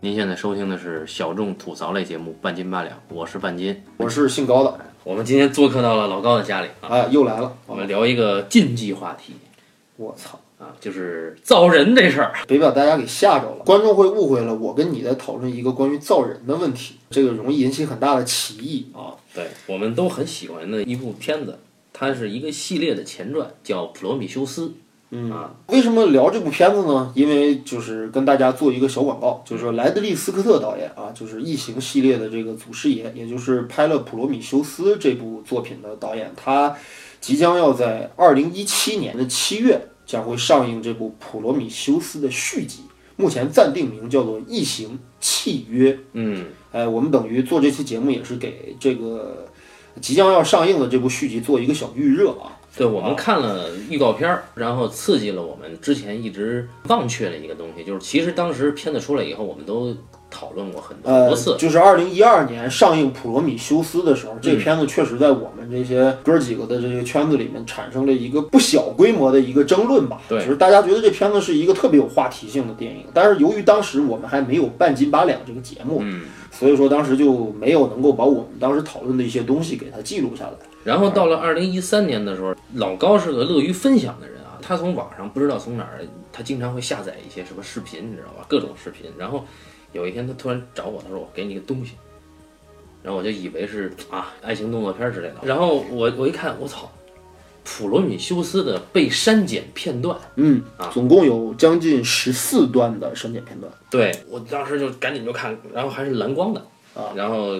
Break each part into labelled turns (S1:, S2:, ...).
S1: 您现在收听的是小众吐槽类节目《半斤八两》，我是半斤。
S2: 我是姓高的，
S1: 我们今天做客到了老高的家里啊，
S2: 哎，又来了。
S1: 我们聊一个禁忌话题
S2: 我操，
S1: 啊，就是造人这事儿。
S2: 别把大家给吓着了，观众会误会了，我跟你在讨论一个关于造人的问题，这个容易引起很大的歧义。
S1: 啊，对，我们都很喜欢的一部片子，它是一个系列的前传，叫《普罗米修斯》。啊，
S2: 为什么聊这部片子呢？因为就是跟大家做一个小广告，就是说莱德利·斯科特导演啊，就是《异形》系列的这个祖师爷，也就是拍了《普罗米修斯》这部作品的导演，他即将要在二零一七年的七月将会上映这部《普罗米修斯》的续集，目前暂定名叫做《异形契约》。
S1: 嗯，
S2: 哎，我们等于做这期节目也是给这个即将要上映的这部续集做一个小预热啊。
S1: 对，我们看了预告片儿，然后刺激了我们之前一直忘却了一个东西，就是其实当时片子出来以后，我们都讨论过很多很
S2: 呃
S1: 多次，。
S2: 就是二零一二年上映《普罗米修斯》的时候，
S1: 嗯
S2: 这片子确实在我们这些哥几个的这个圈子里面产生了一个不小规模的一个争论吧。
S1: 对
S2: 就是大家觉得这片子是一个特别有话题性的电影，但是由于当时我们还没有半斤八两这个节目，
S1: 嗯，
S2: 所以说当时就没有能够把我们当时讨论的一些东西给它记录下来。
S1: 然后到了二零一三年的时候，老高是个乐于分享的人啊，他从网上不知道从哪儿，他经常会下载一些什么视频，你知道吧？各种视频。然后有一天他突然找我，他说我给你个东西，然后我就以为是啊爱情动作片之类的。然后我我一看，我操，普罗米修斯的被删减片段。
S2: 嗯
S1: 啊，
S2: 总共有将近十四段的删减片段。
S1: 对我当时就赶紧就看，然后还是蓝光的
S2: 啊，
S1: 然后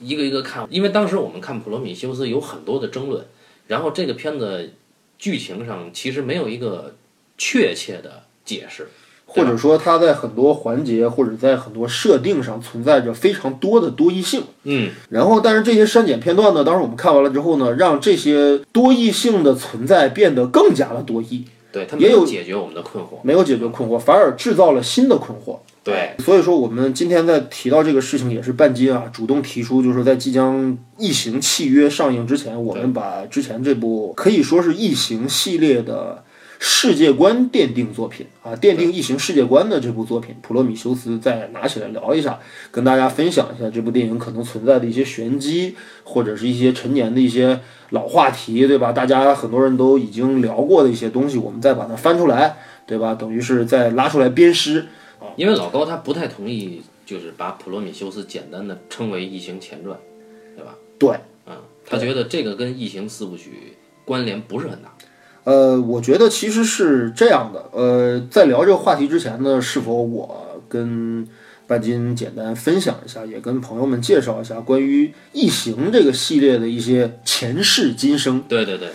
S1: 一个一个看，因为当时我们看《普罗米修斯》有很多的争论，然后这个片子剧情上其实没有一个确切的解释，
S2: 或者说它在很多环节或者在很多设定上存在着非常多的多义性。
S1: 嗯，
S2: 然后，但是这些删减片段呢，当时我们看完了之后呢，让这些多义性的存在变得更加的多义，
S1: 对，它没
S2: 也有
S1: 有解决我们的困惑，
S2: 没有解决困惑，反而制造了新的困惑。
S1: 对，
S2: 所以说，我们今天在提到这个事情，也是半斤啊，主动提出，就是在即将《异形契约》上映之前，我们把之前这部可以说是《异形》系列的世界观奠定作品啊，奠定《异形》世界观的这部作品《普罗米修斯》再拿起来聊一下，跟大家分享一下这部电影可能存在的一些玄机，或者是一些陈年的一些老话题，对吧？大家很多人都已经聊过的一些东西，我们再把它翻出来，对吧？等于是再拉出来鞭尸。
S1: 因为老高他不太同意，就是把《普罗米修斯》简单的称为《异形前传》，对吧？
S2: 对，
S1: 嗯，他觉得这个跟《异形四部曲》关联不是很大，
S2: 呃，我觉得其实是这样的。呃，在聊这个话题之前呢，是否我跟半斤简单分享一下，也跟朋友们介绍一下关于《异形》这个系列的一些前世今生。
S1: 对对对，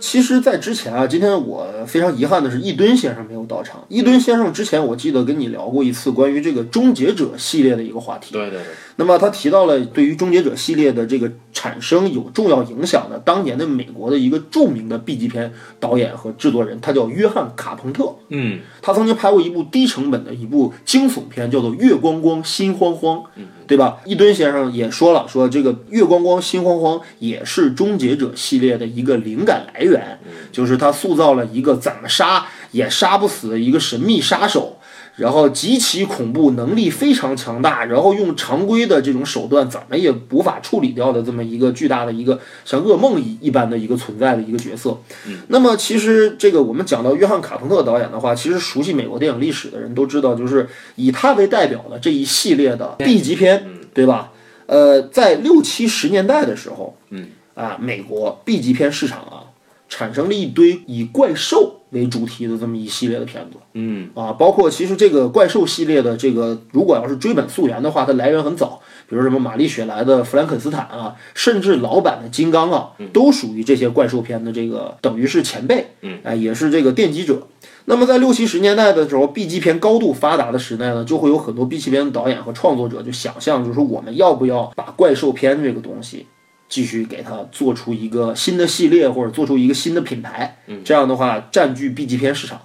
S2: 其实，在之前啊，今天我非常遗憾的是，一吨先生没有到场。一吨先生之前，我记得跟你聊过一次关于这个《终结者》系列的一个话题。
S1: 对对对。
S2: 那么他提到了对于《终结者》系列的这个产生有重要影响的当年的美国的一个著名的 B 级片导演和制作人，他叫约翰·卡彭特。
S1: 嗯，
S2: 他曾经拍过一部低成本的一部惊悚片，叫做《月光光心慌慌》，对吧？一吨先生也说了，说这个《月光光心慌慌》也是《终结者》系列的一个灵感来源，就是他塑造了一个怎么杀也杀不死的一个神秘杀手。然后极其恐怖，能力非常强大，然后用常规的这种手段怎么也无法处理掉的这么一个巨大的一个像噩梦一一般的一个存在的一个角色。那么其实这个我们讲到约翰·卡彭特导演的话，其实熟悉美国电影历史的人都知道，就是以他为代表的这一系列的 B 级片，对吧？呃，在六七十年代的时候，嗯，啊，美国 B 级片市场啊，产生了一堆以怪兽为主题的这么一系列的片子，嗯，啊，包括其实这个怪兽系列的这个，如果要是追本溯源的话，它来源很早，比如什么玛丽雪莱的《弗兰肯斯坦》啊，甚至老版的《金刚》啊，都属于这些怪兽片的这个等于是前辈，嗯，哎，也是这个奠基者。那么在六七十年代的时候，B 级片高度发达的时代呢，就会有很多 B 级片的导演和创作者就想象，就是说我们要不要把怪兽片这个东西继续给它做出一个新的系列，或者做出一个新的品牌，这样的话占据 B 级片市场。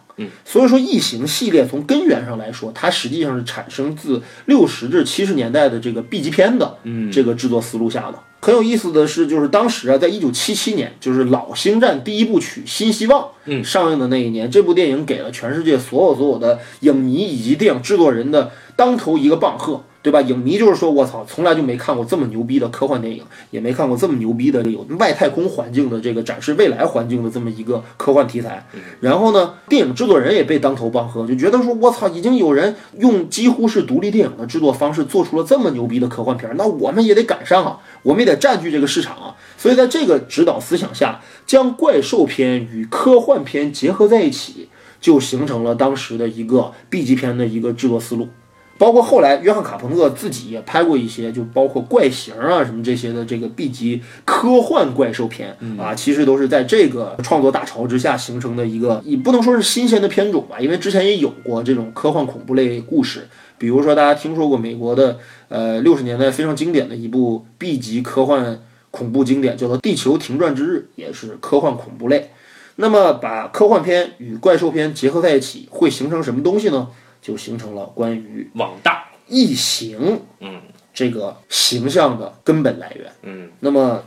S2: 所以说，《异形》系列从根源上来说，它实际上是产生自六十至七十年代的这个 B 级片的这个制作思路下的。很有意思的是，就是当时啊，在一九七七年，就是《老星战》第一部曲《新希望》上映的那一年，这部电影给了全世界所有所有的影迷以及电影制作人的当头一个棒喝。对吧？影迷就是说，我操，从来就没看过这么牛逼的科幻电影，也没看过这么牛逼的有外太空环境的这个展示未来环境的这么一个科幻题材。然后呢，电影制作人也被当头棒喝，就觉得说，我操，已经有人用几乎是独立电影的制作方式做出了这么牛逼的科幻片儿，那我们也得赶上啊，我们也得占据这个市场啊。所以在这个指导思想下，将怪兽片与科幻片结合在一起，就形成了当时的一个 B 级片的一个制作思路。包括后来约翰卡彭特自己也拍过一些，就包括怪形啊什么这些的这个 B 级科幻怪兽片啊，其实都是在这个创作大潮之下形成的一个，也不能说是新鲜的片种吧，因为之前也有过这种科幻恐怖类故事，比如说大家听说过美国的呃六十年代非常经典的一部 B 级科幻恐怖经典，叫做《地球停转之日》，也是科幻恐怖类。那么把科幻片与怪兽片结合在一起，会形成什么东西呢？就形成了关于
S1: 网大，
S2: 异形，
S1: 嗯，
S2: 这个形象的根本来源。
S1: 嗯，
S2: 那么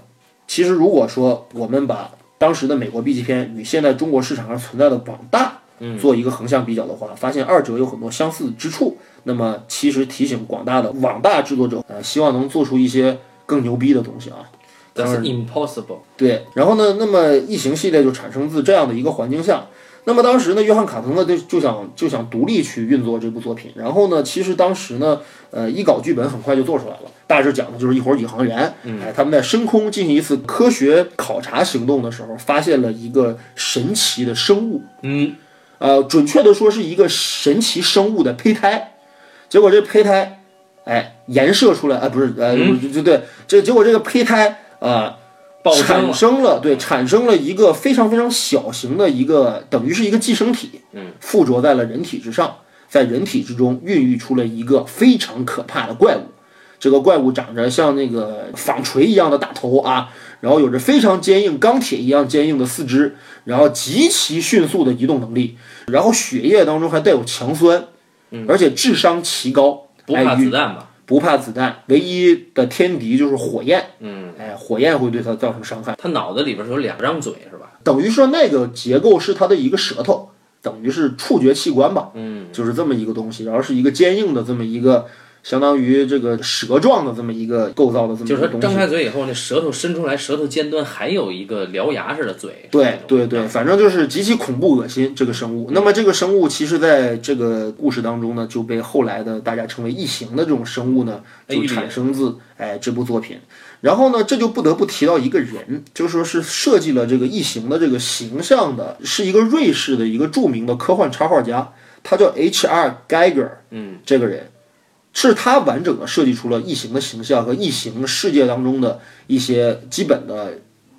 S2: 其实如果说我们把当时的美国 B 级片与现在中国市场上存在的网大，嗯，做一个横向比较的话，发现二者有很多相似之处。那么其实提醒广大的网大制作者，呃，希望能做出一些更牛逼的东西啊。
S1: ，That's impossible。
S2: 对，然后呢，那么异形系列就产生自这样的一个环境下。那么当时呢，约翰卡彭特就就想就想独立去运作这部作品。然后呢，其实当时呢，呃，一稿剧本很快就做出来了，大致讲的就是一伙宇航员，哎，他们在深空进行一次科学考察行动的时候，发现了一个神奇的生物，
S1: 嗯，
S2: 呃，准确的说是一个神奇生物的胚胎，结果这胚胎，哎，衍射出来，哎，不是，呃，就就对，这结果这个胚胎啊、
S1: 爆
S2: 呃，
S1: 声
S2: 产
S1: 了，
S2: 生了，对，产生了一个非常非常小型的一个，等于是一个寄生体，嗯，附着在了人体之上，在人体之中孕育出了一个非常可怕的怪物。这个怪物长着像那个纺锤一样的大头啊，然后有着非常坚硬、钢铁一样坚硬的四肢，然后极其迅速的移动能力，然后血液当中还带有强酸，而且智商奇高，
S1: 嗯不
S2: 哎
S1: 怕
S2: 与
S1: 子弹吧？
S2: 不怕子弹，唯一的天敌就是火焰。嗯，哎，火焰会对它造成伤害。
S1: 他脑子里边是有两张嘴是吧？
S2: 等于说那个结构是它的一个舌头，等于是触觉器官吧，嗯，就是这么一个东西，然后是一个坚硬的这么一个，相当于这个蛇状的这么一个构造的这么一
S1: 就是
S2: 个
S1: 他
S2: 东
S1: 张
S2: 西。
S1: 开嘴以后，那舌头伸出来，舌头尖端还有一个獠牙似的嘴。
S2: 对对对，反正就是极其恐怖恶心这个生物。那么这个生物其实在这个故事当中呢，就被后来的大家称为异形的这种生物呢，
S1: 哎异
S2: 就
S1: 类
S2: 产生自哎这部作品。然后呢，这就不得不提到一个人，就说是设计了这个异形的这个形象的，是一个瑞士的一个著名的科幻插画家，他叫 H.R. Geiger。嗯，这个人是他完整的设计出了异形的形象和异形世界当中的一些基本的，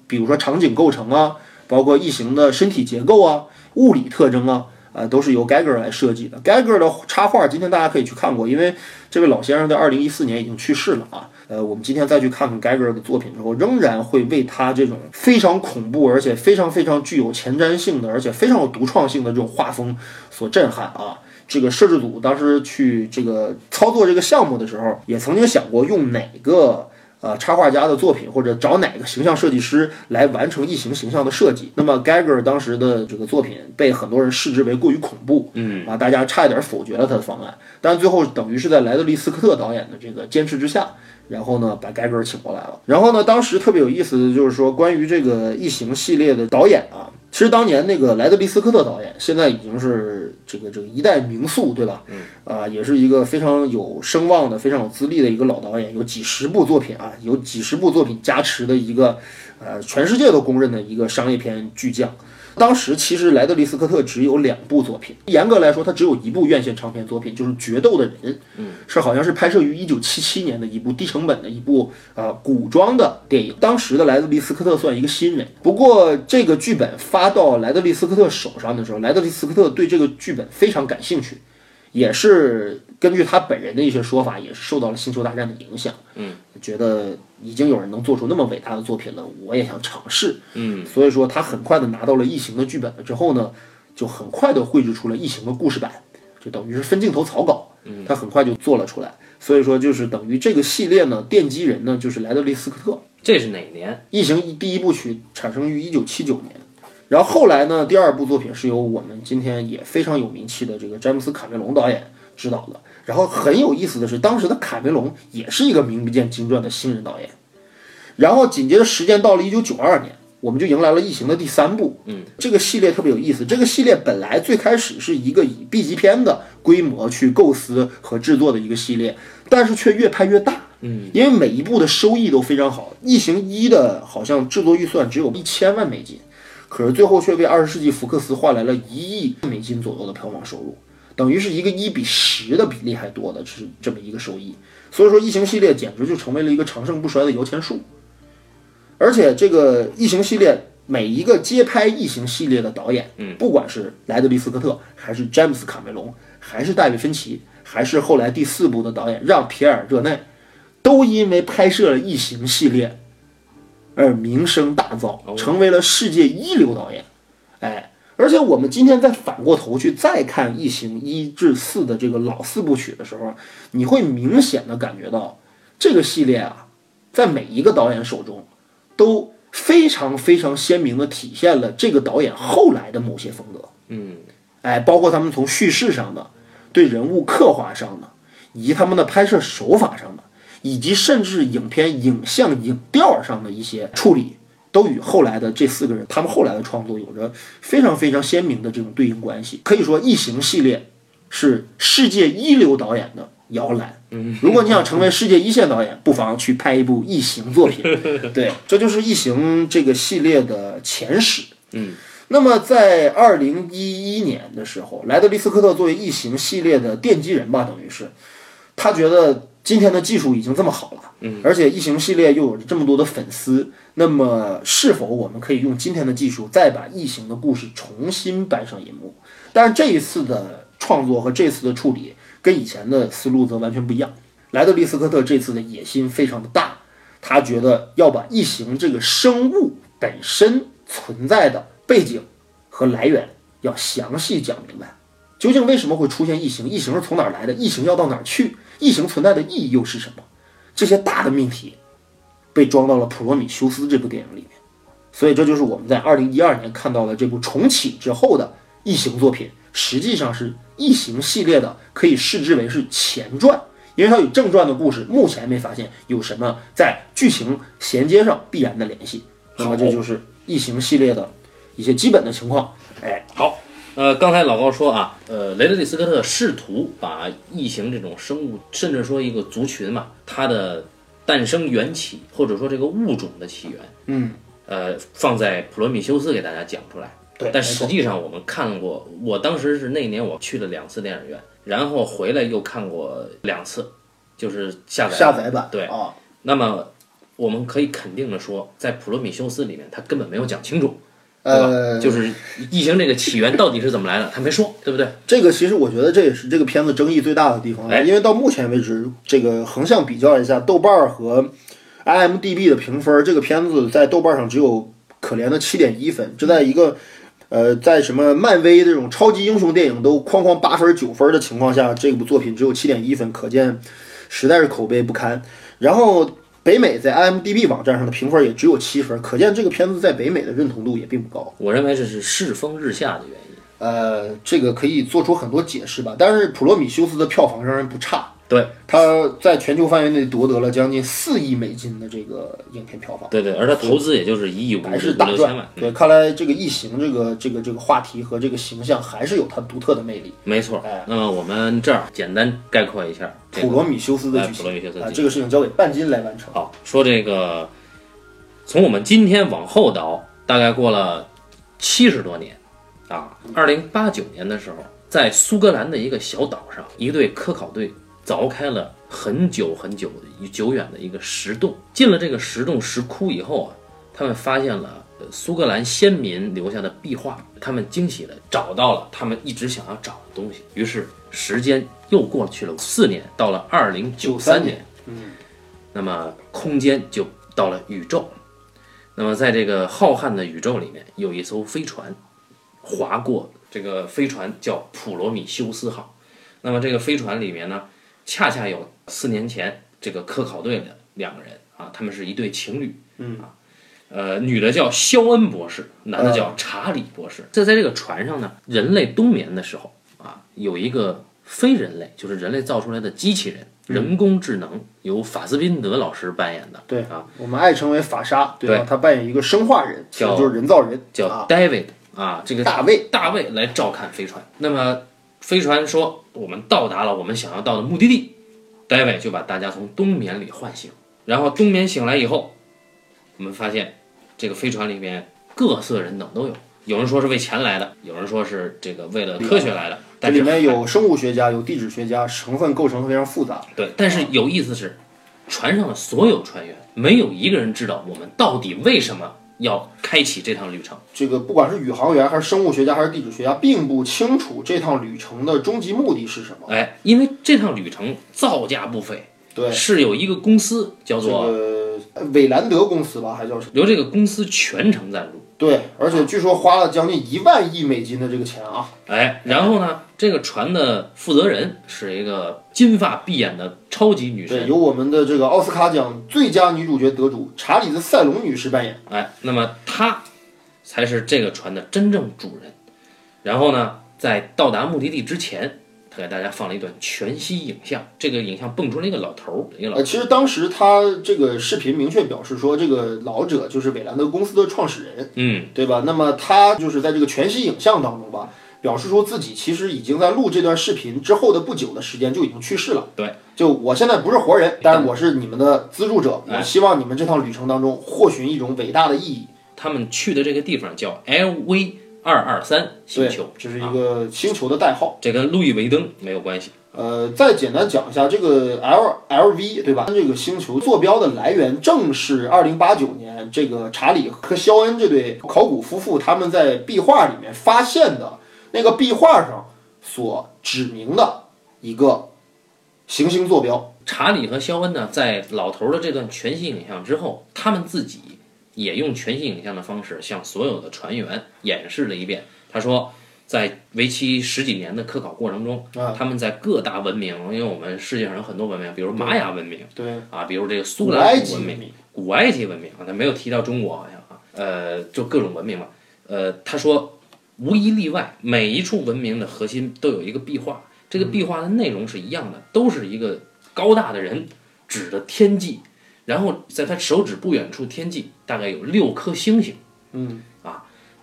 S2: 比如说场景构成啊，包括异形的身体结构啊、物理特征啊，呃，都是由 Geiger 来设计的。Geiger 的插画今天大家可以去看过，因为这位老先生在二零一四年已经去世了啊。呃，我们今天再去看看 Geiger 的作品之后，仍然会为他这种非常恐怖，而且非常非常具有前瞻性的，而且非常有独创性的这种画风所震撼啊。这个摄制组当时去这个操作这个项目的时候，也曾经想过用哪个呃插画家的作品，或者找哪个形象设计师来完成异形形象的设计。那么 Geiger 当时的这个作品被很多人视之为过于恐怖，嗯啊，大家差一点否决了他的方案。但最后等于是在莱德利·斯科特导演的这个坚持之下。然后呢，把盖格尔请过来了。然后呢，当时特别有意思的就是说，关于这个异形系列的导演啊，其实当年那个莱德利·斯科特导演，现在已经是这个这个一代名宿，对吧？嗯，啊，也是一个非常有声望的、非常有资历的一个老导演，有几十部作品啊，有几十部作品加持的一个，呃，全世界都公认的一个商业片巨匠。当时其实莱德利·斯科特只有两部作品，严格来说，他只有一部院线长片作品，就是《决斗的人》，是好像是拍摄于一九七七年的一部低成本的一部呃古装的电影。当时的莱德利·斯科特算一个新人，不过这个剧本发到莱德利·斯科特手上的时候，莱德利·斯科特对这个剧本非常感兴趣，也是根据他本人的一些说法，也是受到了《星球大战》的影响。嗯，觉得已经有人能做出那么伟大的作品了，我也想尝试。嗯，所以说他很快的拿到了《异形》的剧本了之后呢，就很快的绘制出了《异形》的故事版，就等于是分镜头草稿，他很快就做了出来。所以说，就是等于这个系列呢，奠基人呢就是莱德利·斯科特。
S1: 这是哪年？
S2: 《异形》第一部曲产生于一九七九年，然后后来呢，第二部作品是由我们今天也非常有名气的这个詹姆斯·卡梅隆导演执导的。然后很有意思的是，当时的卡梅隆也是一个名不见经传的新人导演。然后紧接着时间到了一九九二年，我们就迎来了《异形》的第三部。嗯，这个系列特别有意思。这个系列本来最开始是一个以 B 级片的规模去构思和制作的一个系列，但是却越拍越大。嗯，因为每一部的收益都非常好，《异形一》的好像制作预算只有一千万美金，可是最后却为二十世纪福克斯换来了一亿美金左右的票房收入，等于是一个一比十的比例还多的，这是这么一个收益。所以说，《异形》系列简直就成为了一个长盛不衰的摇钱树。而且这个《异形》系列每一个接拍《异形》系列的导演，嗯，不管是莱德利·斯科特，还是詹姆斯·卡梅隆，还是戴维·芬奇，还是后来第四部的导演让·皮埃尔·热内，都因为拍摄了《异形》系列而名声大噪，成为了世界一流导演。哎，而且我们今天再反过头去再看《异形》一至四的这个老四部曲的时候，你会明显的感觉到这个系列啊，在每一个导演手中。都非常非常鲜明地体现了这个导演后来的某些风格。
S1: 嗯，
S2: 哎，包括他们从叙事上的、对人物刻画上的，以及他们的拍摄手法上的，以及甚至影片影像影调上的一些处理，都与后来的这四个人他们后来的创作有着非常非常鲜明的这种对应关系。可以说，《异形》系列是世界一流导演的摇篮。如果你想成为世界一线导演，不妨去拍一部《异形》作品。对，这就是《异形》这个系列的前史。
S1: 嗯，
S2: 那么在二零一一年的时候，莱德利·斯科特作为《异形》系列的奠基人吧，等于是他觉得今天的技术已经这么好了，嗯，而且《异形》系列又有这么多的粉丝，那么是否我们可以用今天的技术再把《异形》的故事重新搬上银幕？但是这一次的创作和这次的处理跟以前的思路则完全不一样。莱德利·斯科特这次的野心非常的大，他觉得要把异形这个生物本身存在的背景和来源要详细讲明白，究竟为什么会出现异形，异形是从哪儿来的，异形要到哪儿去，异形存在的意义又是什么？这些大的命题被装到了《普罗米修斯》这部电影里面，所以这就是我们在2012年看到的这部重启之后的异形作品，实际上是异形系列的，可以视之为是前传。因为它有正传的故事，目前没发现有什么在剧情衔接上必然的联系。那么这就是《异形》系列的一些基本的情况。哎，
S1: 好。呃，刚才老高说啊，呃，雷德利·斯科特试图把异形这种生物，甚至说一个族群嘛，它的诞生缘起，或者说这个物种的起源，
S2: 嗯，
S1: 呃，放在《普罗米修斯》给大家讲出来。
S2: 对，
S1: 但
S2: 没
S1: 实
S2: 错
S1: 际上我们看过，我当时是那年我去了两次电影院，然后回来又看过两次，就是下载
S2: 下载版
S1: 对
S2: 啊，
S1: 那么我们可以肯定的说，在《普罗米修斯》里面，他根本没有讲清楚，对吧？
S2: 呃，
S1: 就是异形这个起源到底是怎么来的，他没说，对不对？
S2: 这个其实我觉得这也是这个片子争议最大的地方，
S1: 哎
S2: 因为到目前为止，这个横向比较一下豆瓣儿和 IMDB 的评分，这个片子在豆瓣上只有可怜的七点一分，这在一个呃在什么漫威这种超级英雄电影都哐哐八分九分的情况下，这部作品只有七点一分，可见实在是口碑不堪。然后北美在 IMDB 网站上的评分也只有七分，可见这个片子在北美的认同度也并不高。
S1: 我认为这是世风日下的原因。
S2: 呃，这个可以做出很多解释吧。但是《普罗米修斯》的票房仍然不差，
S1: 对
S2: 它在全球范围内夺得了将近四亿美金的这个影片票房，
S1: 对对，而他投资也就是一亿五
S2: 还
S1: 五
S2: 是
S1: 六
S2: 大
S1: 千
S2: 赚
S1: 万。。
S2: 对，看来这个异形这个这个这个话题和这个形象还是有它独特的魅力。
S1: 没错
S2: 哎，
S1: 那么我们这儿简单概括一下这
S2: 普
S1: 个。
S2: 罗米修斯的
S1: 哎
S2: 剧
S1: 普罗米修斯
S2: 情
S1: 的
S2: 啊，
S1: 剧
S2: 这个事情交给半斤来完成。
S1: 好，啊说这个，从我们今天往后倒，大概过了七十多年，啊，二零八九年的时候，在苏格兰的一个小岛上，一队科考队凿开了很久很久的久远的一个石洞。进了这个石洞石窟以后啊，他们发现了呃苏格兰先民留下的壁画，他们惊喜的找到了他们一直想要找的东西。于是时间又过去了四年，到了二零九
S2: 93
S1: 三年。那么空间就到了宇宙。那么在这个浩瀚的宇宙里面，有一艘飞船划过这个飞船叫普罗米修斯号。那么这个飞船里面呢，恰恰有四年前这个科考队的两个人啊，他们是一对情侣，嗯啊，呃，女的叫肖恩博士，男的叫查理博士。这在这个船上呢，人类冬眠的时候啊，有一个非人类，就是人类造出来的机器人，人工智能，由法斯宾德老师扮演的，
S2: 对
S1: 啊，
S2: 我们爱称为法沙，对吧？他扮演一个生化人，其
S1: 叫
S2: 实就是人造人，
S1: 叫 David 啊，这个
S2: 大卫。
S1: 大卫来照看飞船。那么飞船说我们到达了我们想要到的目的地，大卫就把大家从冬眠里唤醒，然后冬眠醒来以后，我们发现这个飞船里面各色人等都有，有人说是为钱来的，有人说是这个为了科学来的，
S2: 啊这
S1: 但
S2: 里
S1: 是
S2: 面有生物学家，有地质学家，成分构成非常复杂。
S1: 对，但是有意思是，船上的所有船员没有一个人知道我们到底为什么要开启这趟旅程。
S2: 这个不管是宇航员还是生物学家还是地质学家，并不清楚这趟旅程的终极目的是什么。
S1: 哎，因为这趟旅程造价不菲，
S2: 对，
S1: 是有一个公司叫
S2: 这
S1: 做
S2: 个呃韦兰德公司吧，还叫什么？
S1: 由这个公司全程赞助。
S2: 对，而且据说花了将近一万亿美金的这个钱啊。
S1: 哎，然后呢，这个船的负责人是一个金发碧眼的超级女
S2: 对，
S1: 神。
S2: 由我们的这个奥斯卡奖最佳女主角得主查理兹·塞隆女士扮演。
S1: 哎，那么她才是这个船的真正主人。然后呢，在到达目的地之前，她给大家放了一段全息影像。这个影像蹦出了一个老头儿，一个老
S2: 呃，其实当时他这个视频明确表示说，这个老者就是韦兰德公司的创始人，
S1: 嗯，
S2: 对吧？那么他就是在这个全息影像当中吧，表示说自己其实已经在录这段视频之后的不久的时间就已经去世了。
S1: 对，嗯
S2: 就我现在不是活人，但是我是你们的资助者，
S1: 哎
S2: 我希望你们这趟旅程当中获寻一种伟大的意义。
S1: 他们去的这个地方叫 LV 二二三星球，啊
S2: 这是一个星球的代号。
S1: 这跟路易威登没有关系。
S2: 呃，再简单讲一下这个 L L V 对吧？这个星球坐标的来源正是2089年这个查理和肖恩这对考古夫妇他们在壁画里面发现的那个壁画上所指明的一个行星坐标。
S1: 查理和肖恩呢，在老头儿的这段全息影像之后，他们自己也用全息影像的方式向所有的船员演示了一遍。他说，在为期十几年的科考过程中，
S2: 啊
S1: 他们在各大文明，因为我们世界上有很多文明，比如玛雅文明
S2: 对，
S1: 啊，比如这个苏
S2: 古
S1: 格
S2: 埃
S1: 兰
S2: 及
S1: 文
S2: 文
S1: 明、
S2: 明
S1: 古埃及文明啊，他没有提到中国好像啊，呃，就各种文明嘛。呃，他说无一例外，每一处文明的核心都有一个壁画，这个壁画的内容是一样的，都是一个高大的人指着天际，然后在他手指不远处天际大概有六颗星星。啊
S2: 嗯，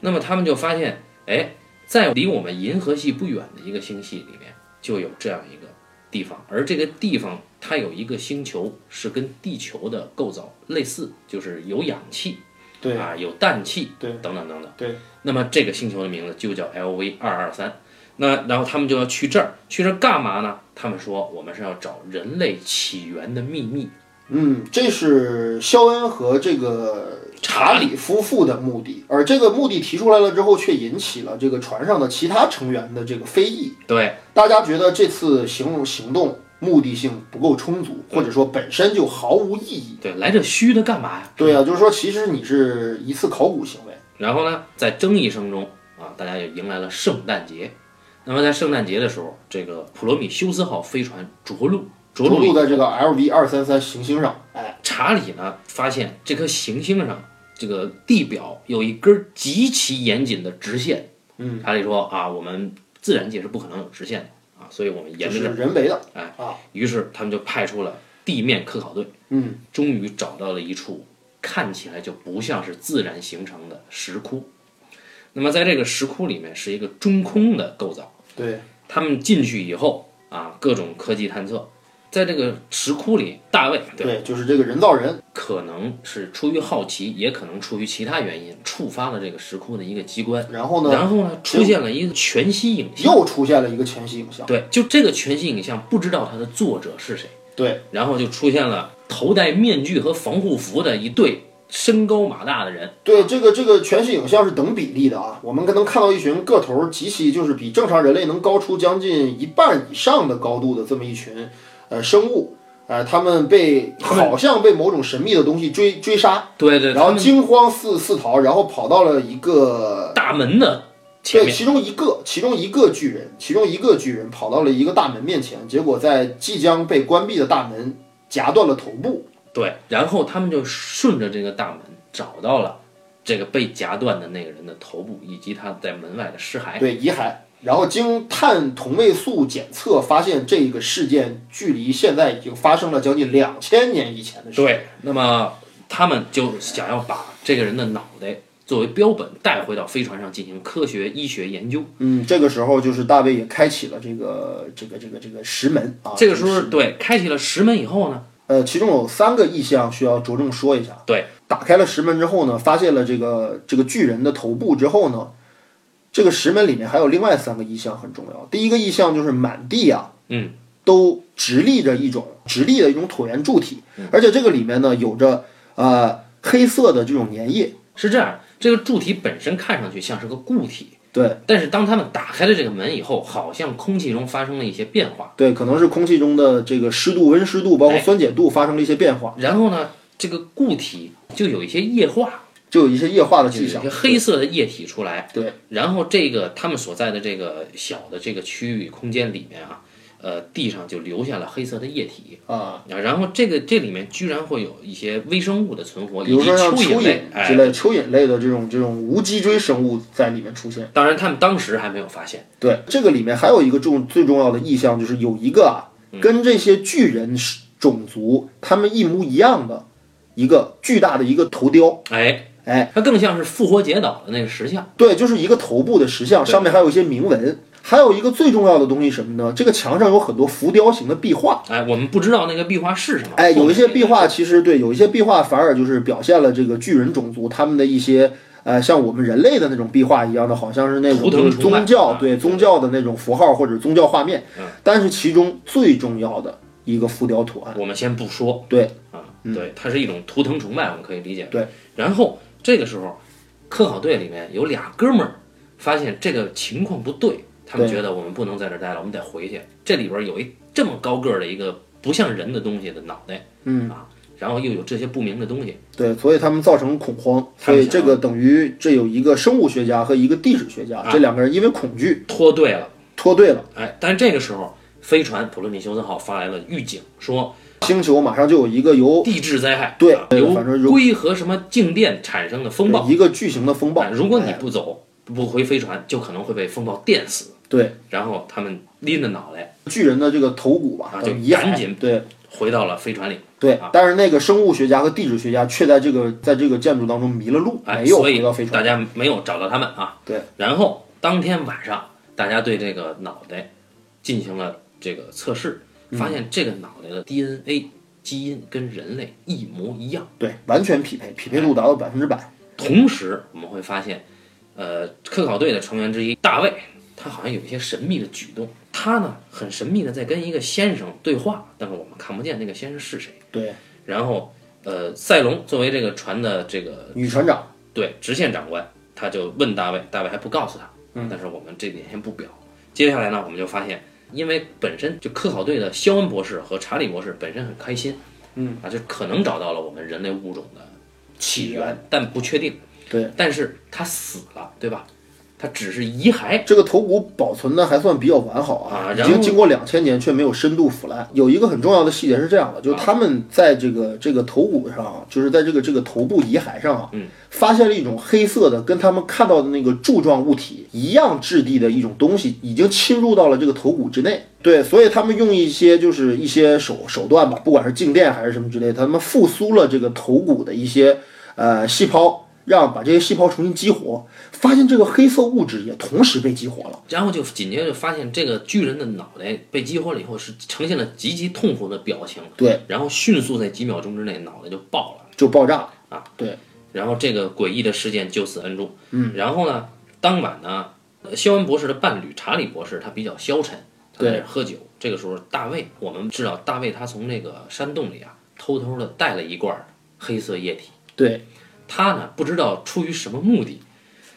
S1: 那么他们就发现，哎，在离我们银河系不远的一个星系里面，就有这样一个地方，而这个地方它有一个星球是跟地球的构造类似，就是有氧气，
S2: 对
S1: 啊，有氮气，
S2: 对，
S1: 等等等等，
S2: 对。
S1: 那么这个星球的名字就叫 LV 二二三。那然后他们就要去这儿，去这儿干嘛呢？他们说我们是要找人类起源的秘密。
S2: 嗯，这是肖恩和这个查理夫妇的目的，而这个目的提出来了之后，却引起了这个船上的其他成员的这个非议。
S1: 对，
S2: 大家觉得这次行行动目的性不够充足，或者说本身就毫无意义。
S1: 对，来这虚的干嘛呀？
S2: 对啊，就是说，其实你是一次考古行为。
S1: 然后呢，在争议声中啊，大家也迎来了圣诞节。那么在圣诞节的时候，这个普罗米修斯号飞船着陆，着
S2: 着
S1: 陆以
S2: 陆在这个 LV 二三三行星上，哎，
S1: 查理呢发现这颗行星上这个地表有一根极其严谨的直线。
S2: 嗯，
S1: 查理说啊，我们自然界是不可能有直线的啊，所以我们
S2: 就
S1: 沿着
S2: 是
S1: 这儿。
S2: 人为的。
S1: 于是他们就派出了地面科考队，
S2: 嗯，
S1: 终于找到了一处看起来就不像是自然形成的石窟。那么在这个石窟里面是一个中空的构造。
S2: 对，
S1: 他们进去以后啊，各种科技探测，在这个石窟里，大卫对
S2: 对，就是这个人造人。
S1: 可能是出于好奇，也可能出于其他原因，触发了这个石窟的一个机关。
S2: 然后呢，
S1: 然后呢，出现了一个全息影像。
S2: 又出现了一个全息影像。
S1: 对，就这个全息影像，不知道它的作者是谁。
S2: 对，
S1: 然后就出现了头戴面具和防护服的一对身高马大的人。
S2: 对，这个这个全息影像是等比例的啊，我们可能看到一群个头极其就是比正常人类能高出将近一半以上的高度的这么一群呃生物，呃，他 们被
S1: 他们
S2: 好像被某种神秘的东西追追杀，
S1: 对对，
S2: 然
S1: 他
S2: 后
S1: 们
S2: 惊慌四四逃，然后跑到了一个
S1: 大门的前
S2: 对，
S1: 面
S2: 其中一个，其中一个巨人，其中一个巨人跑到了一个大门面前，结果在即将被关闭的大门夹断了头部。
S1: 对，然后他们就顺着这个大门找到了这个被夹断的那个人的头部以及他在门外的尸骸。
S2: 对遗骸。然后经碳同位素检测，发现这个事件距离现在已经发生了将近两千年以前的事。
S1: 对，那么他们就想要把这个人的脑袋作为标本带回到飞船上进行科学医学研究。
S2: 嗯，这个时候就是大卫也开启了这个这个这个这个石门啊。
S1: 这个时候，
S2: 是
S1: 对，开启了石门以后呢，
S2: 呃，其中有三个意象需要着重说一下。
S1: 对，
S2: 打开了石门之后呢，发现了这个这个巨人的头部之后呢，这个石门里面还有另外三个意象很重要。第一个意象就是满地啊，
S1: 嗯，
S2: 都直立着一种直立的一种椭圆柱体，
S1: 嗯
S2: 而且这个里面呢有着呃黑色的这种粘液。
S1: 是这样，这个柱体本身看上去像是个固体，
S2: 对
S1: 但是当他们打开了这个门以后，好像空气中发生了一些变化。
S2: 对，可能是空气中的这个湿度、温湿度，包括
S1: 哎
S2: 酸碱度发生了一些变化，
S1: 然后呢，这个固体就有一些液化，
S2: 就有一些液化的
S1: 就有
S2: 迹
S1: 一
S2: 象
S1: 些。黑色的液体出来。
S2: 对，
S1: 然后这个他们所在的这个小的这个区域空间里面啊，呃，地上就留下了黑色的液体。
S2: 啊，
S1: 啊，然后这个这里面居然会有一些微生物的存活，
S2: 比
S1: 以
S2: 如
S1: 及
S2: 说像
S1: 蚯
S2: 蚯
S1: 蚓类，
S2: 蚓
S1: 哎，
S2: 之类、蚯蚓类的这种这种无脊椎生物在里面出现。
S1: 当然他们当时还没有发现，
S2: 对，这个里面还有一个重最重要的意象，就是有一个啊，
S1: 嗯
S2: 跟这些巨人是种族他们一模一样的一个巨大的一个头雕，
S1: 哎
S2: 哎，
S1: 它更像是复活节岛的那个石像，
S2: 对，就是一个头部的石像，上面还有一些铭文。还有一个最重要的东西是什么呢？这个墙上有很多浮雕型的壁画，
S1: 哎，我们不知道那个壁画是什么，
S2: 哎，
S1: 后面
S2: 有一些壁
S1: 那
S2: 画其实对，有一些壁画反而就是表现了这个巨人种族他们的一些呃，像我们人类的那种壁画一样的，好像是那
S1: 图
S2: 种
S1: 腾
S2: 就是
S1: 崇拜
S2: 宗教
S1: 啊
S2: 对
S1: 对
S2: 宗教的那种符号或者宗教画面
S1: 嗯，
S2: 但是其中最重要的一个浮雕图案，啊
S1: 个我们先不说
S2: 对嗯
S1: 啊，对，它是一种图腾崇拜，我们可以理解。
S2: 对，
S1: 然后这个时候，科考队里面有俩哥们儿发现这个情况不对，他们
S2: 对
S1: 觉得我们不能在这儿待了，我们得回去。这里边有一这么高个儿的一个不像人的东西的脑袋，
S2: 嗯
S1: 啊，然后又有这些不明的东西。
S2: 对，所以他们造成恐慌，
S1: 他
S2: 所
S1: 们
S2: 以这个等于这有一个生物学家和一个地质学
S1: 啊
S2: 家，这两个人因为恐惧
S1: 脱队了。
S2: 脱队了，
S1: 哎，但这个时候，飞船普罗米修斯号发来了预警，说
S2: 星球马上就有一个由
S1: 地质灾害，
S2: 哦对
S1: 啊
S2: 对
S1: 由
S2: 反正如
S1: 硅和什么静电产生的风暴。
S2: 一个巨型的风暴
S1: 哎，如果你
S2: 哎
S1: 不走，不回飞船，就可能会被风暴电死。
S2: 对
S1: 然后他们拎着脑袋
S2: 巨人的这个头骨吧
S1: 啊，
S2: 等
S1: 就
S2: 遗
S1: 赶
S2: 骸
S1: 紧
S2: 对。
S1: 回到了飞船里，
S2: 对，但是那个生物学家和地质学家却在这个在这个建筑当中迷了路，
S1: 哎，
S2: 没有
S1: 所
S2: 回
S1: 以
S2: 到飞船。
S1: 大家没有找到他们啊。
S2: 对。
S1: 然后当天晚上，大家对这个脑袋进行了这个测试，发
S2: 嗯
S1: 现这个脑袋的 DNA 基因跟人类一模一样。
S2: 对，完全匹配，匹配度达到百分之百。
S1: 同时，我们会发现，呃，科考队的成员之一大卫，他好像有一些神秘的举动。他呢，很神秘的在跟一个先生对话，但是我们看不见那个先生是谁。
S2: 对，
S1: 然后，呃，赛隆作为这个船的这个
S2: 女船长，
S1: 对直线长官，他就问大卫，大卫还不告诉他。嗯，但是我们这点先不表。接下来呢，我们就发现，因为本身就科考队的肖恩博士和查理博士本身很开心，嗯啊，就可能找到了我们人类物种的起
S2: 起
S1: 源，但不确定。
S2: 对，
S1: 但是他死了，对吧？他只是遗骸，
S2: 这个头骨保存的还算比较完好啊，
S1: 啊
S2: 已
S1: 然后
S2: 经经过两千年却没有深度腐烂。有一个很重要的细节是这样的，就是他们在这个这个头骨上啊，就是在这个这个头部遗骸上啊，发现了一种黑色的，跟他们看到的那个柱状物体一样质地的一种东西，已经侵入到了这个头骨之内。对，所以他们用一些就是一些手手段吧，不管是静电还是什么之类，他们复苏了这个头骨的一些呃细胞，让把这些细胞重新激活，发现这个黑色物质也同时被激活了。
S1: 然后就紧接着就发现这个巨人的脑袋被激活了以后是呈现了极其痛苦的表情，
S2: 对，
S1: 然后迅速在几秒钟之内脑袋就爆了，
S2: 就爆炸了
S1: 啊！
S2: 对，
S1: 然后这个诡异的事件就此摁住。嗯，然后呢，当晚呢，呃肖恩博士的伴侣查理博士他比较消沉，他在那儿喝酒。这个时候，大卫，我们知道大卫他从那个山洞里啊偷偷的带了一罐黑色液体，
S2: 对，
S1: 他呢不知道出于什么目的，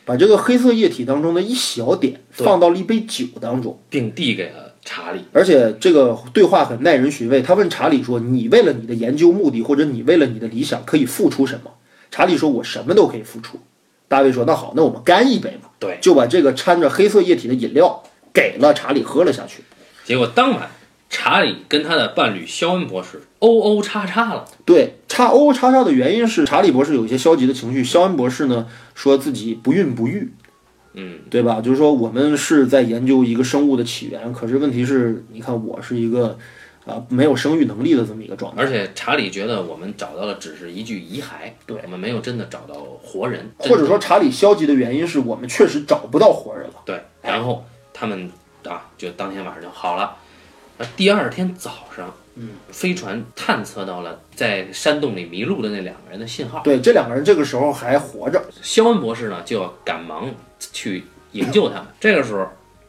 S2: 把这个黑色液体当中的一小点放到了一杯酒当中，
S1: 并递给了查理。
S2: 而且这个对话很耐人寻味。他问查理说：“你为了你的研究目的，或者你为了你的理想，可以付出什么？”查理说：“我什么都可以付出。”大卫说：“那好，那我们干一杯吧。”
S1: 对，
S2: 就把这个掺着黑色液体的饮料给了查理喝了下去。
S1: 结果当晚，查理跟他的伴侣肖恩博士欧欧叉叉了。
S2: 对，叉 O 叉叉的原因是查理博士有一些消极的情绪，肖恩博士呢说自己不孕不育，
S1: 嗯，
S2: 对吧？就是说我们是在研究一个生物的起源，可是问题是，你看我是一个啊、没有生育能力的这么一个状态。
S1: 而且查理觉得我们找到了只是一具遗骸，
S2: 对
S1: 我们没有真的找到活人，
S2: 或者说查理消极的原因是我们确实找不到活人了。
S1: 对，然后他们啊，就当天晚上就好了。那第二天早上，嗯，飞船探测到了在山洞里迷路的那两个人的信号。
S2: 对，这两个人这个时候还活着。
S1: 肖恩博士呢，就要赶忙去营救他们。这个时候，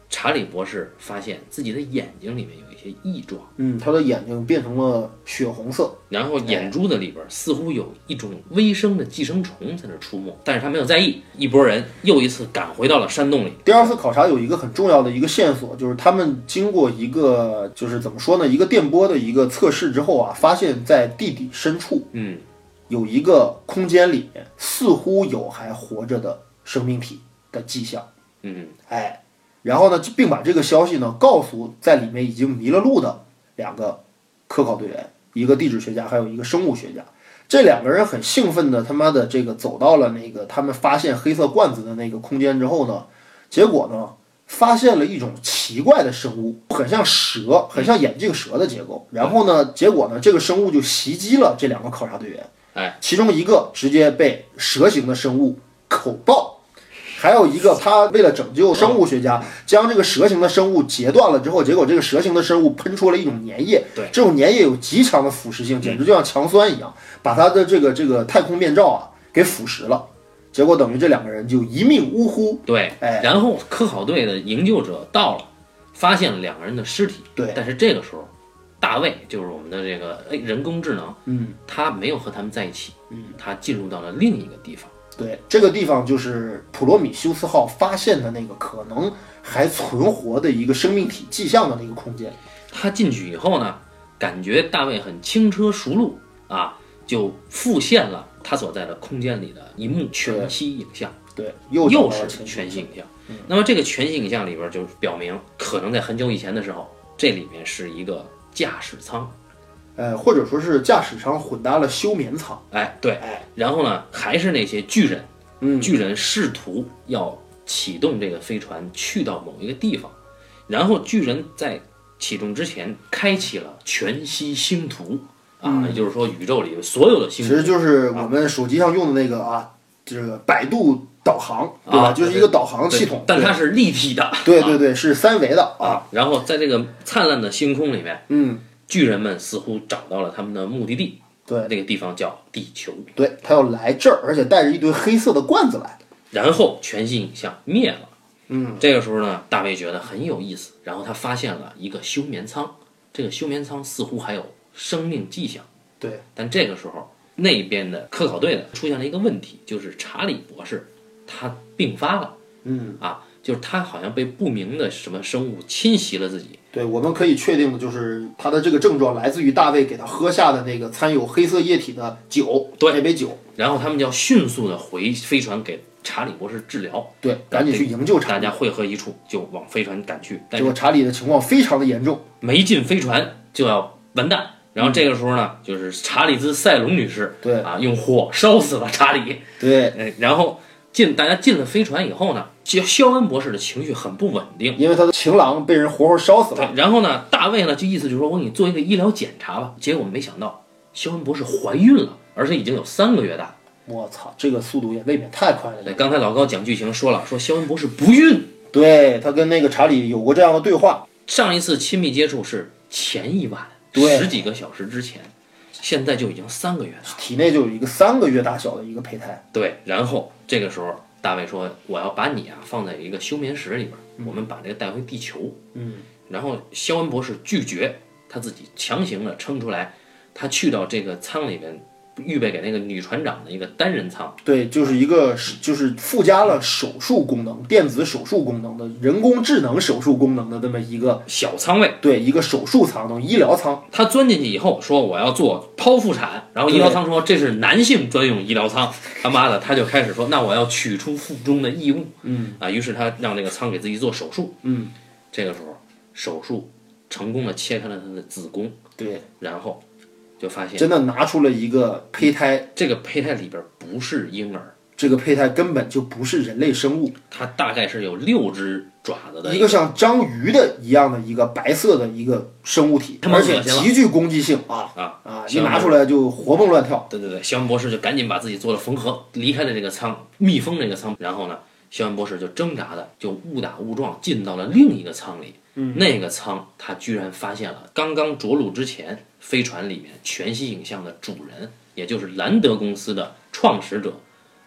S1: 查理博士发现自己的眼睛里面有一些异状，
S2: 嗯，他的眼睛变成了血红色。
S1: 然后眼珠子里边似乎有一种微生的寄生虫在那出没，但是他没有在意。一拨人又一次赶回到了山洞里。
S2: 第二次考察有一个很重要的一个线索，就是他们经过一个就是怎么说呢，一个电波的一个测试之后啊，发现在地底深处
S1: 嗯，
S2: 有一个空间里面似乎有还活着的生命体的迹象。
S1: 嗯，
S2: 哎，然后呢，并把这个消息呢告诉在里面已经迷了路的两个科考队员，一个地质学家，还有一个生物学家。这两个人很兴奋的，他妈的这个走到了那个他们发现黑色罐子的那个空间之后呢，结果呢，发现了一种奇怪的生物，很像蛇，很像眼镜蛇的结构。然后呢，结果呢，这个生物就袭击了这两个考察队员。
S1: 哎，
S2: 其中一个直接被蛇形的生物口爆，还有一个他为了拯救生物学
S1: 嗯
S2: 家，将这个蛇形的生物截断了之后，结果这个蛇形的生物喷出了一种粘液，
S1: 对嗯
S2: 这种粘液有极强的腐蚀性，简直就像强酸一样，把他的这个这个太空面罩啊给腐蚀了，结果等于这两个人就一命呜呼。
S1: 对，
S2: 哎
S1: 然后科考队的营救者到了，发现了两个人的尸体。
S2: 对
S1: 但是这个时候，大卫就是我们的这个哎人工智能，
S2: 嗯，
S1: 他没有和他们在一起，嗯，他进入到了另一个地方。
S2: 对，这个地方就是普罗米修斯号发现的那个可能还存活的一个生命体迹象的那个空间。
S1: 他进去以后呢，感觉大卫很轻车熟路啊，就复现了他所在的空间里的一幕全息影像，
S2: 对，又找
S1: 又
S2: 到了
S1: 是
S2: 前
S1: 全息影像。那么这个全息影像里边就表明，可能在很久以前的时候，这里面是一个驾驶舱。
S2: 呃，或者说是驾驶舱混搭了休眠舱。
S1: 哎，对
S2: 哎，
S1: 然后呢，还是那些巨人，
S2: 嗯
S1: 巨人试图要启动这个飞船去到某一个地方，然后巨人在启动之前开启了全息星图啊，也就是说宇宙里所有的
S2: 其
S1: 星图，
S2: 实嗯就是我们手机上用的那个啊，这个百度导航，对吧？
S1: 啊
S2: 就是一个导航系统，啊
S1: 但它是立体的
S2: 对对对，是三维的啊。
S1: 啊。然后在这个灿烂的星空里面，
S2: 嗯，
S1: 巨人们似乎找到了他们的目的地，
S2: 对
S1: 那个地方叫地球。
S2: 对，他要来这儿，而且带着一堆黑色的罐子来。
S1: 然后全息影像灭了。
S2: 嗯，
S1: 这个时候呢，大卫觉得很有意思，然后他发现了一个休眠舱，这个休眠舱似乎还有生命迹象。
S2: 对，
S1: 但这个时候，那边的科考队的出现了一个问题，就是查理博士他病发了
S2: 嗯，
S1: 啊，就是他好像被不明的什么生物侵袭了自己。
S2: 对，我们可以确定的就是他的这个症状来自于大卫给他喝下的那个掺有黑色液体的酒，
S1: 对
S2: 那杯酒。
S1: 然后他们就要迅速的回飞船给查理博士治疗，
S2: 对，赶紧去营救查
S1: 大
S2: 理。
S1: 家汇合一处就往飞船赶去。但
S2: 结
S1: 是
S2: 果查理的情况非常的严重。
S1: 没进飞船就要完蛋。然后这个时候呢，就是查理兹·塞隆女士，
S2: 对
S1: 啊，用火烧死了查理。
S2: 对，
S1: 呃，然后进大家进了飞船以后呢，肖肖恩博士的情绪很不稳定。
S2: 因为他的情郎被人活活烧死了
S1: 对。，然后呢，大卫呢就意思就是说我给你做一个医疗检查吧。结果没想到肖恩博士怀孕了，而且已经有三个月大。
S2: 我操，这个速度也未免太快了
S1: 对，
S2: 点。
S1: 刚才老高讲剧情说了，说肖恩博士不孕，
S2: 对他跟那个查理有过这样的对话，
S1: 上一次亲密接触是前一晚，
S2: 对
S1: 十几个小时之前，现在就已经三个月大了。
S2: 体内就有一个三个月大小的一个胚胎。
S1: 对，然后这个时候大卫说：“我要把你啊放在一个休眠室里边儿，我们把这个带回地球。”
S2: 嗯，
S1: 然后肖恩博士拒绝，他自己强行的撑出来，他去到这个舱里面预备给那个女船长的一个单人舱。
S2: 对，就是一个是就是附加了手术功能、电子手术功能的人工智能手术功能的这么一个
S1: 小仓位，
S2: 对一个手术舱，等于医疗舱。
S1: 他钻进去以后说我要做剖腹产，然后医疗舱说这是男性专用医疗舱，他妈的他就开始说那我要取出腹中的异物，嗯啊，于是他让这个仓给自己做手术，
S2: 嗯，
S1: 这个时候手术成功的切开了他的子宫，
S2: 对，
S1: 然后就发现
S2: 真的拿出了一个胚胎，
S1: 这个胚胎里边不是婴儿，
S2: 这个胚胎根本就不是人类生物，
S1: 它大概是有六只爪子的
S2: 一个像章鱼的一样的一个白色的一个生物体，
S1: 他妈
S2: 而
S1: 恶心
S2: 且
S1: 了
S2: 极具攻击性啊
S1: 啊
S2: 啊！一
S1: 行
S2: 拿出来就活蹦乱跳。
S1: 对对对，肖恩博士就赶紧把自己做了缝合，离开了这个舱，密封这个舱。然后呢，肖恩博士就挣扎的就误打误撞进到了另一个舱里。嗯，那个舱他居然发现了刚刚着陆之前飞船里面全息影像的主人，也就是兰德公司的创始者，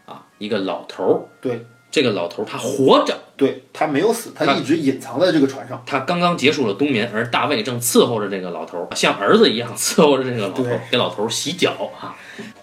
S1: 啊，一个老头儿。
S2: 对，
S1: 这个老头儿他活着，
S2: 对，它没有死，它
S1: 它
S2: 一直隐藏在这个船上。
S1: 他刚刚结束了冬眠，而大卫正伺候着这个老头儿，像儿子一样伺候着这个老头
S2: 对
S1: 儿，给老头儿洗脚啊。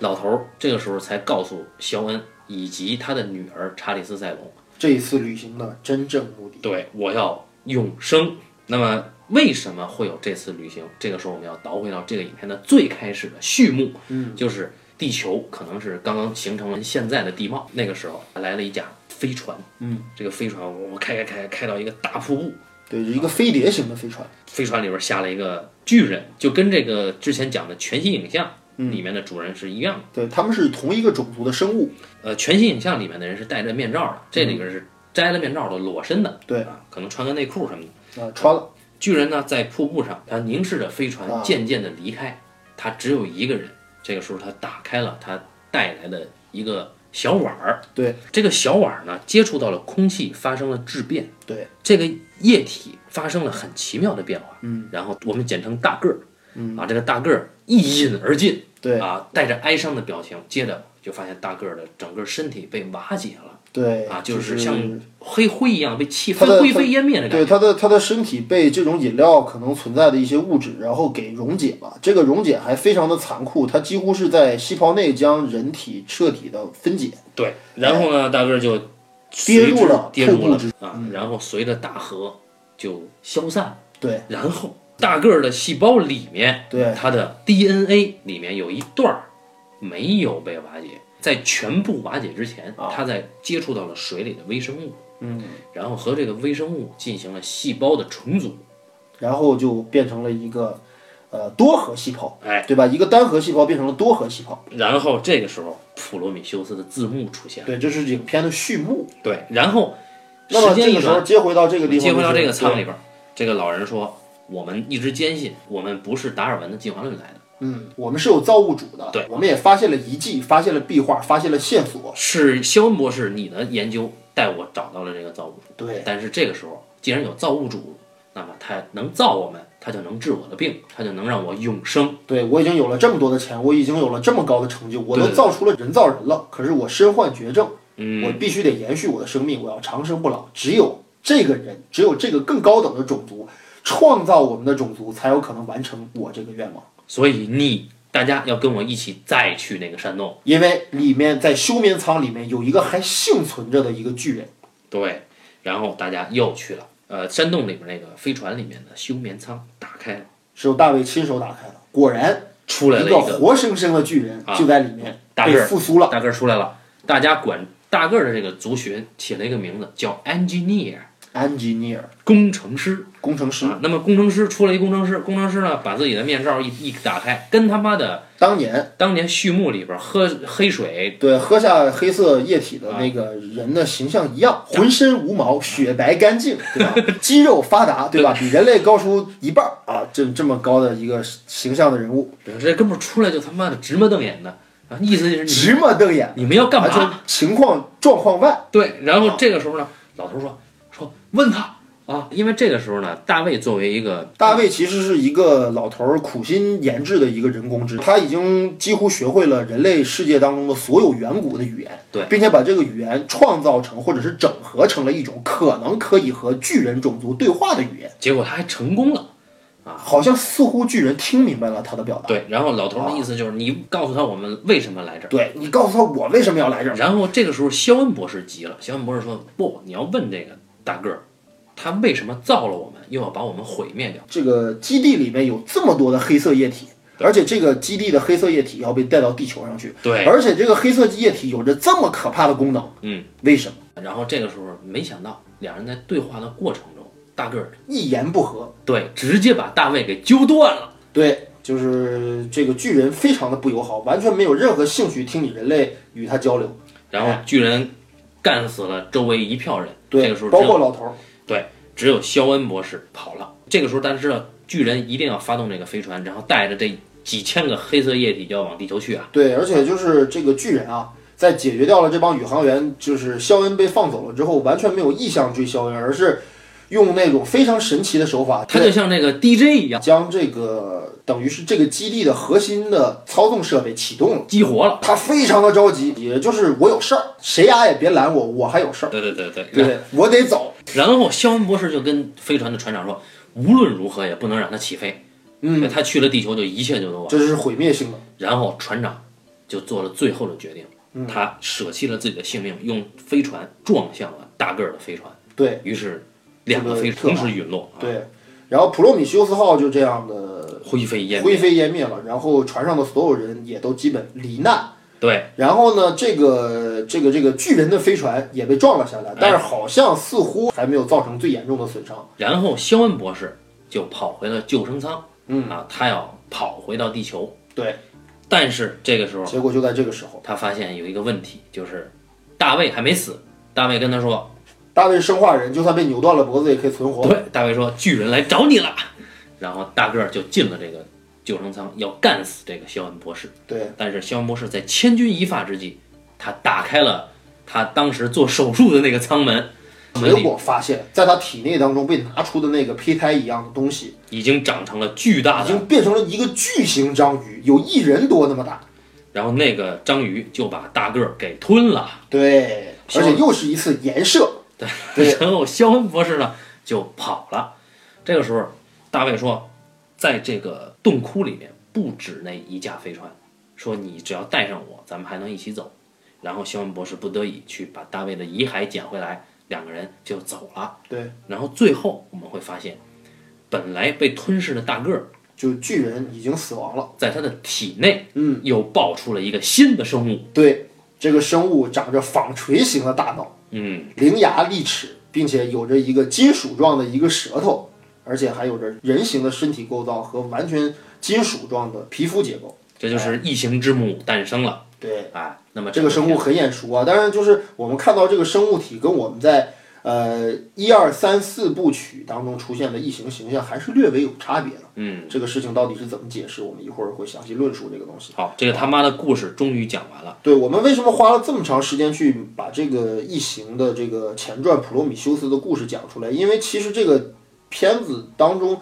S1: 老头儿这个时候才告诉肖恩以及他的女儿查理斯·塞隆，
S2: 这一次旅行的真正目的，
S1: 对我要永生。那么为什么会有这次旅行？这个时候我们要倒回到这个影片的最开始的序幕，嗯，就是地球可能是刚刚形成了现在的地貌，那个时候来了一架飞船，
S2: 嗯，
S1: 这个飞船我开开开开到一个大瀑布，
S2: 对，一个飞碟型的飞船。
S1: 飞船里边下了一个巨人，就跟这个之前讲的全息影像
S2: 嗯
S1: 里面的主人是一样的。
S2: 对，他们是同一个种族的生物。
S1: 呃，全息影像里面的人是戴着面罩的，这里边是摘了面罩的，裸身的，
S2: 嗯对
S1: 啊，可能穿个内裤什么的。
S2: 啊，穿了，
S1: 巨人呢，在瀑布上，他凝视着飞
S2: 啊
S1: 船渐渐的离开，他只有一个人。这个时候，他打开了他带来的一个小碗儿，
S2: 对
S1: 这个小碗儿呢，接触到了空气，发生了质变，
S2: 对，
S1: 这个液体发生了很奇妙的变化，嗯，然后我们简称大个儿，嗯啊，这个大个儿一饮而尽，
S2: 嗯对
S1: 啊，带着哀伤的表情，接着就发现大个儿的整个身体被瓦解了
S2: 对
S1: 啊，
S2: 就是
S1: 像黑灰一样被气
S2: 它
S1: 灰
S2: 的
S1: 灰飞烟灭的感
S2: 对
S1: 觉，
S2: 它的它的身体被这种饮料可能存在的一些物质，然后给溶解了。这个溶解还非常的残酷，它几乎是在细胞内将人体彻底的分解，
S1: 对，然后呢，大个儿就
S2: 跌入了
S1: 随之跌入
S2: 瀑布
S1: 了
S2: 之嗯
S1: 啊，然后随着大河就消散，
S2: 对
S1: 然后大个儿的细胞里面
S2: 对
S1: 它的 DNA 里面有一段儿没有被瓦解，在全部瓦解之前，它在接触到了水里的微生物，
S2: 啊嗯，
S1: 然后和这个微生物进行了细胞的重组，
S2: 然后就变成了一个呃多核细胞，
S1: 哎，
S2: 对吧？一个单核细胞变成了多核细胞，
S1: 然后这个时候普罗米修斯的字幕出现了，
S2: 对，这是影片的序幕。
S1: 对，然后
S2: 那么
S1: 时
S2: 这
S1: 间一
S2: 个时候
S1: 转，
S2: 接回到这个地方，
S1: 接回到
S2: 就是
S1: 这个舱里边儿，这个老人说，我们一直坚信我们不是达尔文的进化论来的。
S2: 嗯，我们是有造物主的，
S1: 对，
S2: 我们也发现了遗迹，发现了壁画，发现了线索，
S1: 是肖恩博士，你的研究带我找到了这个造物主。
S2: 对
S1: 但是这个时候，既然有造物主，那么他能造我们，他就能治我的病，他就能让我永生。
S2: 对我已经有了这么多的钱，我已经有了这么高的成就，我都
S1: 对
S2: 造出了人造人了，可是我身患绝症，
S1: 嗯，
S2: 我必须得延续我的生命，我要长生不老。只有这个人，只有这个更高等的种族，创造我们的种族，才有可能完成我这个愿望。
S1: 所以你大家要跟我一起再去那个山洞。
S2: 因为里面在休眠舱里面有一个还幸存着的一个巨人，
S1: 对，然后大家又去了，呃，山洞里面那个飞船里面的休眠舱打开了，
S2: 是由大卫亲手打开的，果然
S1: 出来了
S2: 一
S1: 一
S2: 个
S1: 个啊
S2: 活生生的巨人就在里面
S1: 大
S2: 被
S1: 个儿
S2: 复苏了。
S1: 大个儿出来了，大家管大个儿的这个族群起了一个名字叫 engineer，
S2: engineer
S1: 工程师。
S2: 工程师，
S1: 啊。那么工程师出来一工程师，工程师呢把自己的面罩一一打开，跟他妈的
S2: 当年
S1: 当年序幕里边喝黑水，
S2: 对喝下黑色液体的那个人的形象一
S1: 啊
S2: 样，浑身无毛，雪白干净，对 吧？肌肉发达，对吧？比人类高出一半儿啊！这这么高的一个形象的人 物，
S1: 这哥们儿出来就他妈的直目瞪眼的，啊，意思就是
S2: 直目瞪眼，
S1: 你你们要干
S2: 啊，
S1: 嘛？
S2: 就哦情况状况外，
S1: 对，然后这个时候呢，老头说说问他啊，因为这个时候呢，大卫作为一个
S2: 大卫其实是一个老头儿苦心研制的一个人工智能，他已经几乎学会了人类世界当中的所有远古的语言，
S1: 对
S2: 并且把这个语言创造成或者是整合成了一种可能可以和巨人种族对话的语言。
S1: 结果他还成功了。
S2: 好像似乎巨人听明白了他的表达。
S1: 对，然后老头儿
S2: 啊
S1: 的意思就是你告诉他我们为什么来这儿。
S2: 对你告诉他我为什么要来这儿，
S1: 然后这个时候，肖恩博士急了。肖恩博士说：“不，你要问这个大个儿，他为什么造了我们，又要把我们毁灭掉？
S2: 这个基地里面有这么多的黑色液体，而且这个基地的黑色液体要被带到地球上去，
S1: 对
S2: 而且这个黑色液体有着这么可怕的功能，
S1: 嗯，
S2: 为什么？
S1: 然后这个时候，没想到两人在对话的过程中，大个儿
S2: 一言不合，
S1: 对直接把大卫给揪断了。
S2: 对，就是这个巨人非常的不友好，完全没有任何兴趣听你人类与他交流。
S1: 然后巨人干死了周围一票人。
S2: 对，
S1: 这个时候只
S2: 包
S1: 有
S2: 括老头儿，
S1: 对只有肖恩博士跑了。这个时候，大家知道巨人一定要发动这个飞船，然后带着这几千个黑色液体就要往地球去啊。
S2: 对，而且就是这个巨人啊，在解决掉了这帮宇航员，就是肖恩被放走了之后，完全没有意向追肖恩，而是用那种非常神奇的手法，
S1: 他就像那个 DJ 一样
S2: 将这个等于是这个基地的核心的操纵设备启动了。
S1: 激活了。
S2: 他非常的着急，也就是我有事儿，谁丫也别拦我，我还有事儿，
S1: 对对对对。
S2: 对不对？我得走。
S1: 然后肖恩博士就跟飞船的船长说，无论如何也不能让它起飞。嗯，他去了地球就一切就都完。
S2: 这是毁灭性的，
S1: 然后船长就做了最后的决定，他舍弃了自己的性命，用飞船撞向了大个儿的飞船，
S2: 对。
S1: 于是两个飞
S2: 这个
S1: 船同时陨落，
S2: 对，然后普罗米修斯号就这样的
S1: 灰飞烟。
S2: 灰飞烟灭了，然后船上的所有人也都基本罹难。
S1: 对，
S2: 然后呢，这个这个这个巨人的飞船也被撞了下来，但是好像似乎还没有造成最严重的损伤。
S1: 然后肖恩博士就跑回了救生舱，嗯啊，他要跑回到地球，
S2: 对，
S1: 但是这个时候。
S2: 结果就在这个时候，
S1: 他发现有一个问题，就是大卫还没死。大卫跟他说
S2: 大卫生化人就算被扭断了脖子也可以存：“活。
S1: 对。”大卫说：“巨人来找你了。”然后大个儿就进了这个救生舱，要干死这个肖恩博士。
S2: 对，
S1: 但是肖恩博士在千钧一发之际，他打开了他当时做手术的那个舱门，门
S2: 结
S1: 里
S2: 果发现，在他体内当中被拿出的那个胚胎一样的东西，
S1: 已经长成了巨大
S2: 已
S1: 的。
S2: 经变成了一个巨型章鱼，有一人多那么大。
S1: 然后那个章鱼就把大个儿给吞了。
S2: 对，而且又是一次颜射。对
S1: 然后肖恩博士呢就跑了。这个时候，大卫说，在这个洞窟里面不止那一架飞船，说你只要带上我，咱们还能一起走。然后肖恩博士不得已去把大卫的遗骸捡回来，两个人就走了。
S2: 对，
S1: 然后最后我们会发现，本来被吞噬的大个儿，
S2: 就巨人已经死亡了。
S1: 在他的体内，
S2: 嗯，
S1: 又爆出了一个新的生物，
S2: 对，这个生物长着纺锤形的大脑，
S1: 嗯，
S2: 伶牙俐齿，并且有着一个金属状的一个舌头，而且还有着人形的身体构造和完全金属状的皮肤结构。
S1: 这就是异形之母诞生了。
S2: 哎对，
S1: 哎，那么
S2: 这个生物很眼熟啊。当然，就是我们看到这个生物体跟我们在呃一二三四部曲当中出现的异形形象还是略微有差别的。
S1: 嗯，
S2: 这个事情到底是怎么解释，我们一会儿会详细论述这个东西。
S1: 好，这个他妈的故事终于讲完了。
S2: 对我们为什么花了这么长时间去把这个《异形》的这个前传普罗米修斯的故事讲出来？因为其实这个片子当中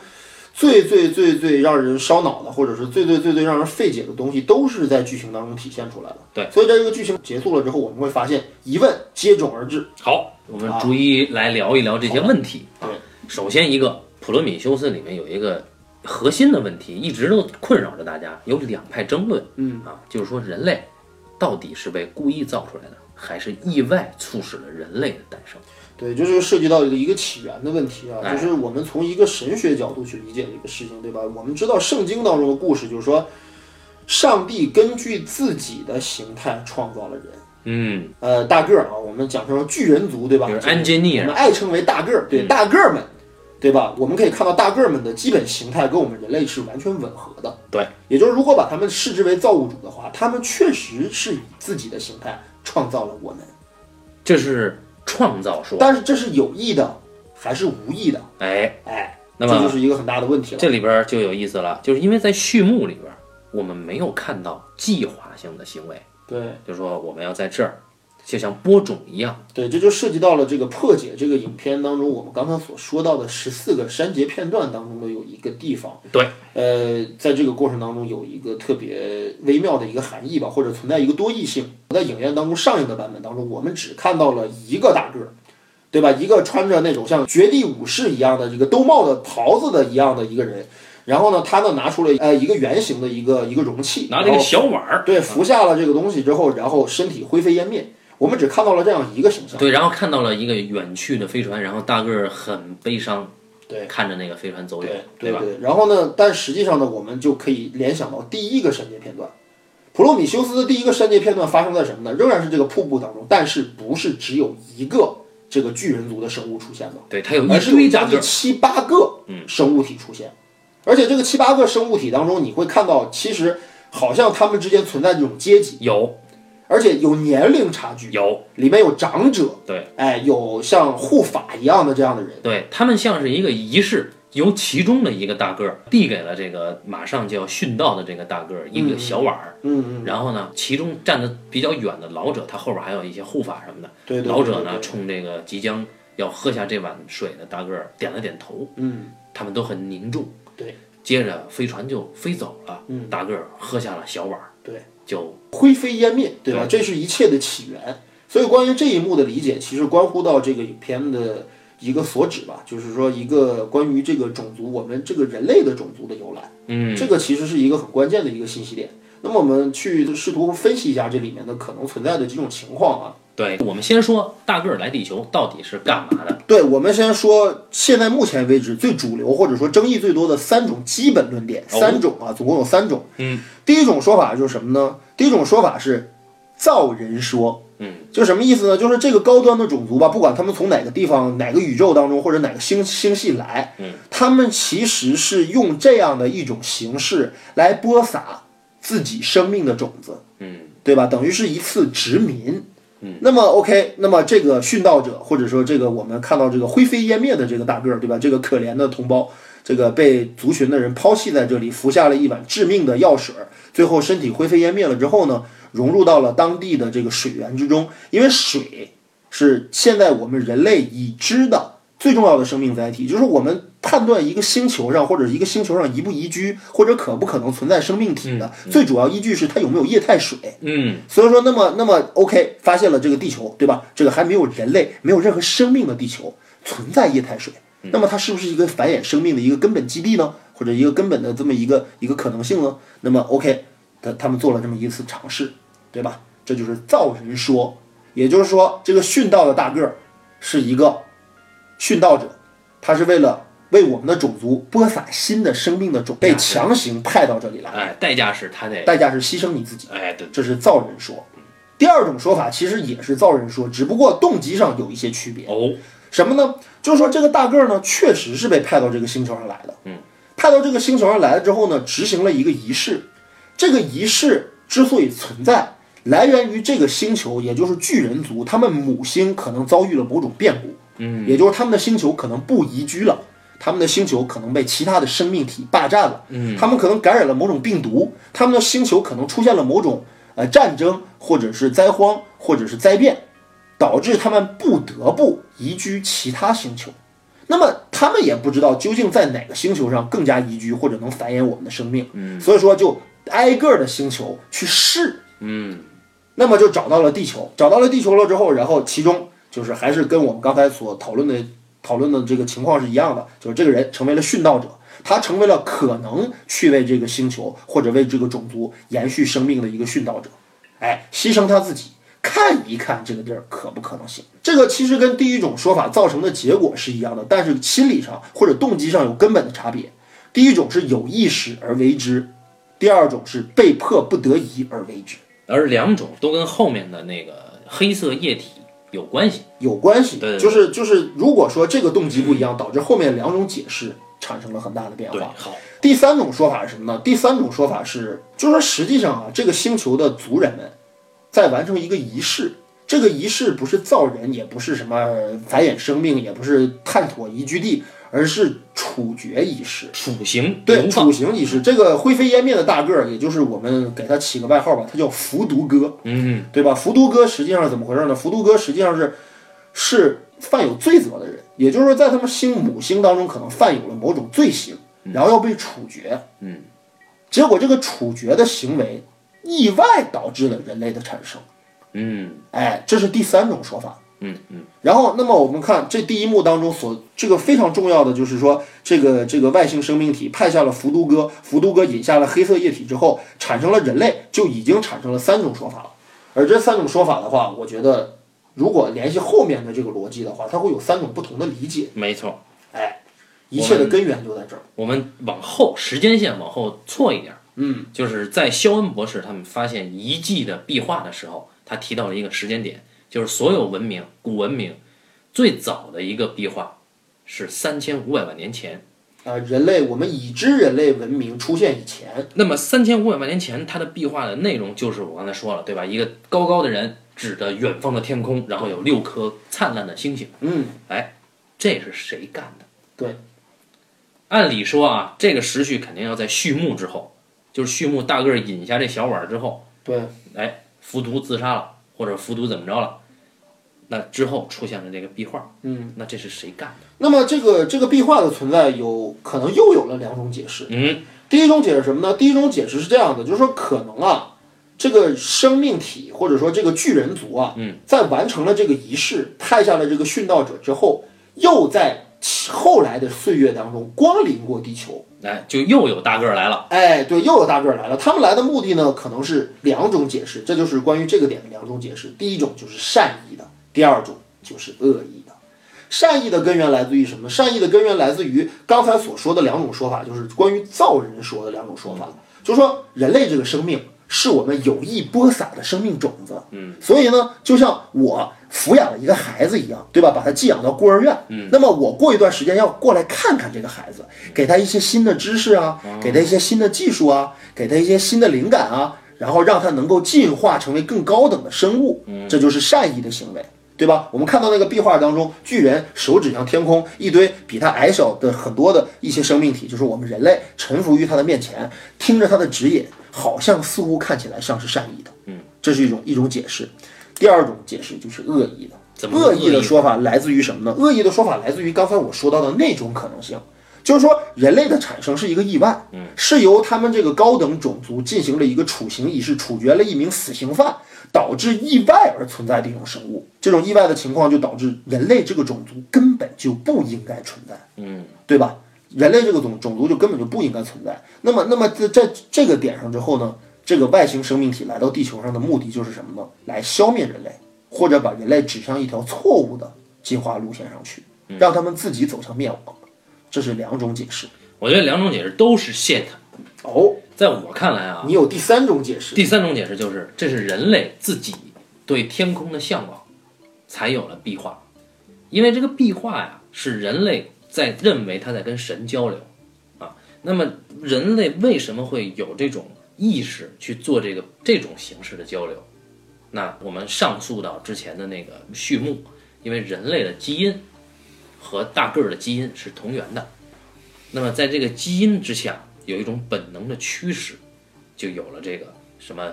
S2: 最最最最让人烧脑的，或者是最最最最让人费解的东西，都是在剧情当中体现出来的。
S1: 对，
S2: 所以在这个剧情结束了之后，我们会发现疑问接踵而至。
S1: 好，我们逐一来聊一聊这些问题。啊
S2: 好的
S1: 首先一个《普罗米修斯》里面有一个核心的问题，一直都困扰着大家，有两派争论。嗯啊，就是说人类到底是被故意造出来的，还是意外促使了人类的诞生？
S2: 对，这就是涉及到一个一个起源的问题啊，
S1: 哎
S2: 就是我们从一个神学角度去理解这个事情，对吧？我们知道圣经当中的故事，就是说，上帝根据自己的形态创造了人。
S1: 嗯，
S2: 呃，大个儿啊，我们讲成巨人族，对吧？
S1: 比如
S2: 我
S1: 安吉尼
S2: 们
S1: 尔，
S2: 爱称为大个儿，
S1: 嗯
S2: 对、大个儿们，对吧？我们可以看到大个儿们的基本形态跟我们人类是完全吻合的。
S1: 对，
S2: 也就是如果把他们视之为造物主的话，他们确实是以自己的形态创造了我们，
S1: 这是创造说。
S2: 但是这是有意的还是无意的？
S1: 哎，
S2: 哎，
S1: 那
S2: 这就
S1: 么
S2: 是一个很大的问题了。
S1: 这里边就有意思了，就是因为在序幕里边，我们没有看到计划性的行为。
S2: 对
S1: 就说我们要在这儿，就像播种一样，
S2: 对，这就涉及到了这个破解这个影片当中我们刚才所说到的十四个删节片段当中的有一个地方。
S1: 对，
S2: 呃，在这个过程当中有一个特别微妙的一个含义吧，或者存在一个多义性。在影院当中上映的版本当中，我们只看到了一个大个儿，对吧？一个穿着那种像绝地武士一样的这个兜帽的袍子的一样的一个人，然后呢，他呢拿出了呃一个圆形的一个一个容器，
S1: 拿这
S2: 然
S1: 个
S2: 后
S1: 小碗儿，
S2: 对服下了这个东西之后，然后身体灰飞烟灭。我们只看到了这样一个形象，
S1: 对，然后看到了一个远去的飞船，然后大个儿很悲伤，
S2: 对，
S1: 看着那个飞船走远，
S2: 对
S1: 吧？
S2: 对。然后呢，但实际上呢，我们就可以联想到第一个删节片段，普罗米修斯的第一个删节片段发生在什么呢？仍然是这个瀑布当中，但是不是只有一个这个巨人族的生物出现了，
S1: 对，它有一
S2: 而是有
S1: 堆
S2: 将
S1: 大个
S2: 近
S1: 儿，嗯
S2: 七八个生物体出现，而且这个七八个生物体当中，你会看到其实好像他们之间存在这种阶级，
S1: 有
S2: 而且有年龄差距，
S1: 有，
S2: 里面有长者，
S1: 对，
S2: 哎，有像护法一样的这样的人。
S1: 对他们像是一个仪式，由其中的一个大个儿递给了这个马上就要殉道的这个大个儿一个小碗儿，
S2: 嗯，
S1: 然后呢，其中站得比较远的老者，他后边还有一些护法什么的。
S2: 对对对
S1: 老者
S2: 对
S1: 呢，冲这个即将要喝下这碗水的大个儿点了点头，
S2: 嗯，
S1: 他们都很凝重。
S2: 对，
S1: 接着飞船就飞走了，嗯，大个儿喝下了小碗儿，
S2: 对，
S1: 就
S2: 灰飞烟灭，对吧？这是一切的起源。所以关于这一幕的理解，其实关乎到这个影片的一个所指吧，就是说一个关于这个种族，我们这个人类的种族的由来。
S1: 嗯，
S2: 这个其实是一个很关键的一个信息点。那么我们去试图分析一下这里面的可能存在的几种情况啊。
S1: 对。我们先说大个儿来地球到底是干嘛的？
S2: 对，我们先说现在目前为止最主流或者说争议最多的三种基本论点，
S1: 哦
S2: 三种啊，总共有三种。
S1: 嗯，
S2: 第一种说法就是什么呢？第一种说法是造人说。
S1: 嗯，
S2: 就什么意思呢？就是这个高端的种族吧，不管他们从哪个地方、哪个宇宙当中或者哪个星星系来，
S1: 嗯，
S2: 他们其实是用这样的一种形式来播撒自己生命的种子。
S1: 嗯，
S2: 对吧？等于是一次殖民。嗯，那么 OK，那么这个殉道者，或者说这个我们看到这个灰飞烟灭的这个大个儿，对吧？这个可怜的同胞，这个被族群的人抛弃在这里，服下了一碗致命的药水儿，最后身体灰飞烟灭了之后呢，融入到了当地的这个水源之中，因为水是现在我们人类已知的最重要的生命载体，就是我们判断一个星球上或者一个星球上宜不宜居，或者可不可能存在生命体的、最主要依据是它有没有液态水。
S1: 嗯，
S2: 所以说，那么那么 OK，发现了这个地球，对吧？这个还没有人类、没有任何生命的地球存在液态水，那么它是不是一个繁衍生命的一个根本基地呢？或者一个根本的这么一个一个可能性呢？那么 OK，他他们做了这么一次尝试，对吧？这就是造人说，也就是说，这个殉道的大个儿是一个殉道者，他是为了为我们的种族播撒新的生命的种，被强行派到这里来，
S1: 哎，代价是他得，
S2: 代价是牺牲你自己。
S1: 哎，对，
S2: 这是造人说。第二种说法其实也是造人说，只不过动机上有一些区别。
S1: 哦，
S2: 什么呢？就是说这个大个儿呢，确实是被派到这个星球上来的。嗯，派到这个星球上来了之后呢，执行了一个仪式。这个仪式之所以存在，来源于这个星球，也就是巨人族，他们母星可能遭遇了某种变故。嗯，也就是他们的星球可能不宜居了。他们的星球可能被其他的生命体霸占了，嗯，他们可能感染了某种病毒，他们的星球可能出现了某种呃战争，或者是灾荒，或者是灾变，导致他们不得不移居其他星球。那么他们也不知道究竟在哪个星球上更加宜居，或者能繁衍我们的生命。嗯，所以说就挨个儿的星球去试。
S1: 嗯，
S2: 那么就找到了地球，找到了地球了之后，然后其中就是还是跟我们刚才所讨论的讨论的这个情况是一样的，就是这个人成为了殉道者，他成为了可能去为这个星球或者为这个种族延续生命的一个殉道者，哎，牺牲他自己，看一看这个地儿可不可能行。这个其实跟第一种说法造成的结果是一样的，但是心理上或者动机上有根本的差别。第一种是有意识而为之，第二种是被迫不得已而为之。
S1: 而两种都跟后面的那个黑色液体有关系，
S2: 有关系，
S1: 对嗯
S2: 就是就是，如果说这个动机不一样，导致后面两种解释产生了很大的变
S1: 对，
S2: 化。
S1: 好，
S2: 第三种说法是什么呢？第三种说法是，就说实际上啊，这个星球的族人们在完成一个仪式，这个仪式不是造人，也不是什么繁衍生命，也不是探索宜居地，而是处决仪式。
S1: 处刑
S2: 对，
S1: 流放
S2: 处刑仪式，这个灰飞烟灭的大个儿，也就是我们给他起个外号吧，他叫服毒哥。
S1: 嗯，
S2: 对吧？服毒哥实际上是怎么回事呢？服毒哥实际上是是犯有罪责的人，也就是说，在他们星母星当中可能犯有了某种罪行，然后要被处决。嗯，结果这个处决的行为意外导致了人类的产生。
S1: 嗯，
S2: 哎，这是第三种说法。
S1: 嗯嗯，
S2: 然后，那么我们看这第一幕当中所这个非常重要的就是说，这个这个外星生命体派下了伏都哥，伏都哥引下了黑色液体之后，产生了人类，就已经产生了三种说法了。而这三种说法的话，我觉得如果联系后面的这个逻辑的话，它会有三种不同的理解。
S1: 没错。
S2: 哎，一切的根源就在这儿。
S1: 我们往后时间线往后错一点，
S2: 嗯，
S1: 就是在肖恩博士他们发现遗迹的壁画的时候，他提到了一个时间点，就是所有文明古文明最早的一个壁画是三千五百万年前。
S2: 啊、人类我们已知人类文明出现以前，
S1: 那么三千五百万年前，它的壁画的内容就是我刚才说了，对吧？一个高高的人指着远方的天空，然后有六颗灿烂的星星。
S2: 嗯，
S1: 哎，这是谁干的？
S2: 对，
S1: 按理说啊，这个时序肯定要在序幕之后，就是序幕大个儿引下这小碗儿之后，
S2: 对，
S1: 哎，服毒自杀了，或者服毒怎么着了，那之后出现了这个壁画，
S2: 嗯。
S1: 那这是谁干的？
S2: 那么这个这个壁画的存在有可能又有了两种解释。
S1: 嗯，
S2: 第一种解释是什么呢？第一种解释是这样的，就是说可能啊，这个生命体或者说这个巨人族啊，
S1: 嗯，
S2: 在完成了这个仪式，派下了这个殉道者之后，又在其后来的岁月当中光临过地球。
S1: 哎，就又有大个儿来了。
S2: 哎，对，又有大个儿来了。他们来的目的呢，可能是两种解释，这就是关于这个点的两种解释。第一种就是善意的，第二种就是恶意的。善意的根源来自于什么？善意的根源来自于刚才所说的两种说法，就是关于造人说的两种说法，就是说人类这个生命是我们有意播撒的生命种子。嗯，所以呢，就像我抚养了一个孩子一样，对吧？把他寄养到孤儿院。嗯，那么我过一段时间要过来看看这个孩子，给他一些新的知识啊，给他一些新的技术啊，给他一些新的灵感啊，然后让他能够进化成为更高等的生物。这就是善意的行为。对吧？我们看到那个壁画当中，巨人手指向天空，一堆比他矮小的很多的一些生命体，就是我们人类臣服于他的面前，听着他的指引，好像似乎看起来像是善意的。嗯，这是一种一种解释。第二种解释就是恶意的。
S1: 怎么
S2: 恶
S1: 恶
S2: 意的说法来自于什么呢？恶意的说法来自于刚才我说到的那种可能性，就是说人类的产生是一个意外，嗯，是由他们这个高等种族进行了一个处刑仪式，处决了一名死刑犯，导致意外而存在的一种生物。这种意外的情况就导致人类这个种族根本就不应该存在，
S1: 嗯，
S2: 对吧？人类这个种种族就根本就不应该存在。那么，那么在在这个点上之后呢，这个外星生命体来到地球上的目的就是什么呢？来消灭人类，或者把人类指向一条错误的进化路线上去，让他们自己走向灭亡。这是两种解释。
S1: 我觉得两种解释都是 shit。
S2: 哦，
S1: 在我看来啊，
S2: 你有第三种解释。
S1: 第三种解释就是这是人类自己对天空的向往，才有了壁画。因为这个壁画呀，是人类在认为他在跟神交流啊。那么人类为什么会有这种意识去做这个这种形式的交流？那我们上溯到之前的那个序幕，因为人类的基因和大个儿的基因是同源的。那么在这个基因之下，有一种本能的驱使，就有了这个什么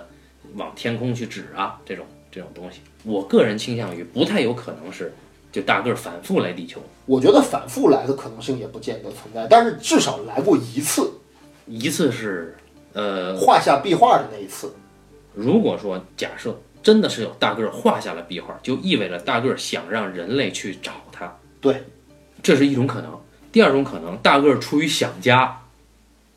S1: 往天空去指啊这种这种东西。我个人倾向于不太有可能是就大个儿反复来地球
S2: 我觉得反复来的可能性也不见得存在，但是至少来过一次，
S1: 一次是，呃，
S2: 画下壁画的那一次。
S1: 如果说假设真的是有大个儿画下了壁画，就意味着大个儿想让人类去找他，
S2: 对，
S1: 这是一种可能。第二种可能，大个儿出于想家，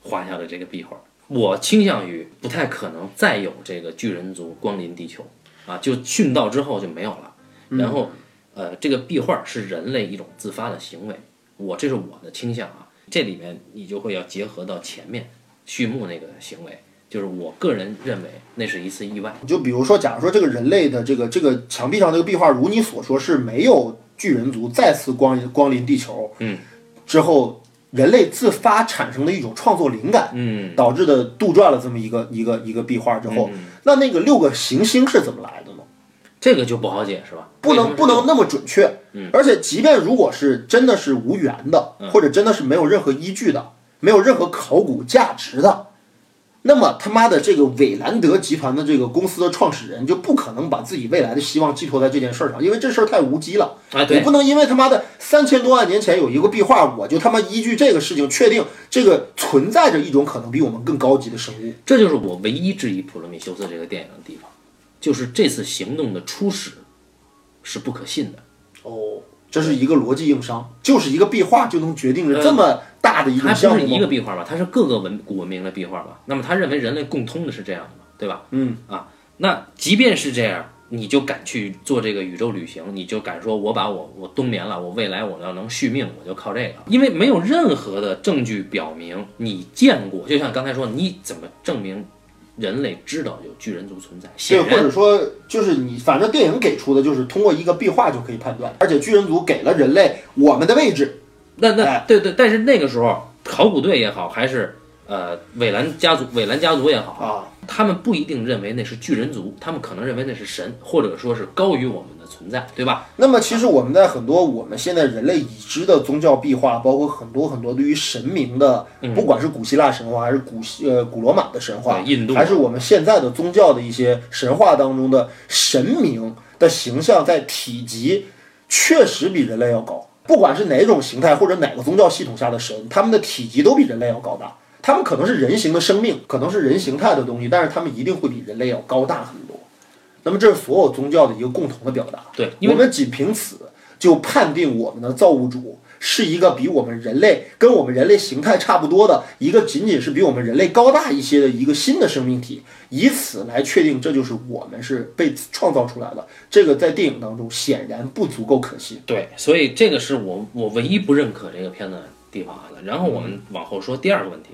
S1: 画下了这个壁画。我倾向于不太可能再有这个巨人族光临地球啊，就殉道之后就没有了。然后，呃，这个壁画是人类一种自发的行为，我这是我的倾向啊。这里面你就会要结合到前面序幕那个行为，就是我个人认为那是一次意外。
S2: 就比如说，假如说这个人类的这个这个墙壁上这个壁画，如你所说是没有巨人族再次光临光临地球，
S1: 嗯，
S2: 之后人类自发产生的一种创作灵感，
S1: 嗯，
S2: 导致的杜撰了这么一个一个一个壁画之后，那那个六个行星是怎么来的呢？
S1: 这个就不好解释吧？
S2: 不
S1: 为什
S2: 能
S1: 么
S2: 不能那么准确，
S1: 嗯
S2: 而且即便如果是真的是无缘的，或者真的是没有任何依据的，没有任何考古价值的，那么他妈的这个韦兰德集团的这个公司的创始人就不可能把自己未来的希望寄托在这件事儿上，因为这事儿太无稽了。
S1: 啊？
S2: 你
S1: 对，
S2: 不能因为他妈的三千多万年前有一个壁画，我就他妈依据这个事情确定这个存在着一种可能比我们更高级的生物。
S1: 这就是我唯一质疑《普罗米修斯》这个电影的地方，就是这次行动的初始是不可信的。
S2: 哦，这是一个逻辑硬伤，就是一个壁画就能决定着这么大的一
S1: 它
S2: 个
S1: 不
S2: 项
S1: 是
S2: 目
S1: 一
S2: 吗？
S1: 个壁画吧？它是各个文古文明的壁画吧？那么他认为人类共通的是这样的嘛，对吧？
S2: 嗯
S1: 啊，那即便是这样，你就敢去做这个宇宙旅行，你就敢说，我把我我冬眠了，我未来我要能续命，我就靠这个，因为没有任何的证据表明你见过，就像刚才说，你怎么证明人类知道有巨人族存在？
S2: 对，
S1: 显
S2: 或
S1: 然
S2: 者说就是你，反正电影给出的就是通过一个壁画就可以判断，而且巨人族给了人类我们的位置，
S1: 那那
S2: 哎
S1: 对对，但是那个时候考古队也好，还是呃韦兰家族韦兰家族也好
S2: 啊，
S1: 他们不一定认为那是巨人族，他们可能认为那是神，或者说是高于我们的存在，对吧？
S2: 那么其实我们在很多我们现在人类已知的宗教壁画，包括很多很多对于神明的，不管是古希腊神话还是古希呃古罗马的神话，
S1: 嗯对印度
S2: 还是我们现在的宗教的一些神话当中的神明的形象，在体积确实比人类要高。不管是哪种形态或者哪个宗教系统下的神，他们的体积都比人类要高大。他们可能是人形的生命，可能是人形态的东西，但是他们一定会比人类要高大很多。那么这是所有宗教的一个共同的表达。
S1: 对，因
S2: 我
S1: 为
S2: 们仅凭此就判定我们的造物主是一个比我们人类跟我们人类形态差不多的一个，仅仅是比我们人类高大一些的一个新的生命体，以此来确定这就是我们是被创造出来的。这个在电影当中显然不足够可信。
S1: 对，所
S2: 嗯
S1: 以这个是我我唯一不认可这个片子的地方啊。然后我们往后说第二个问题，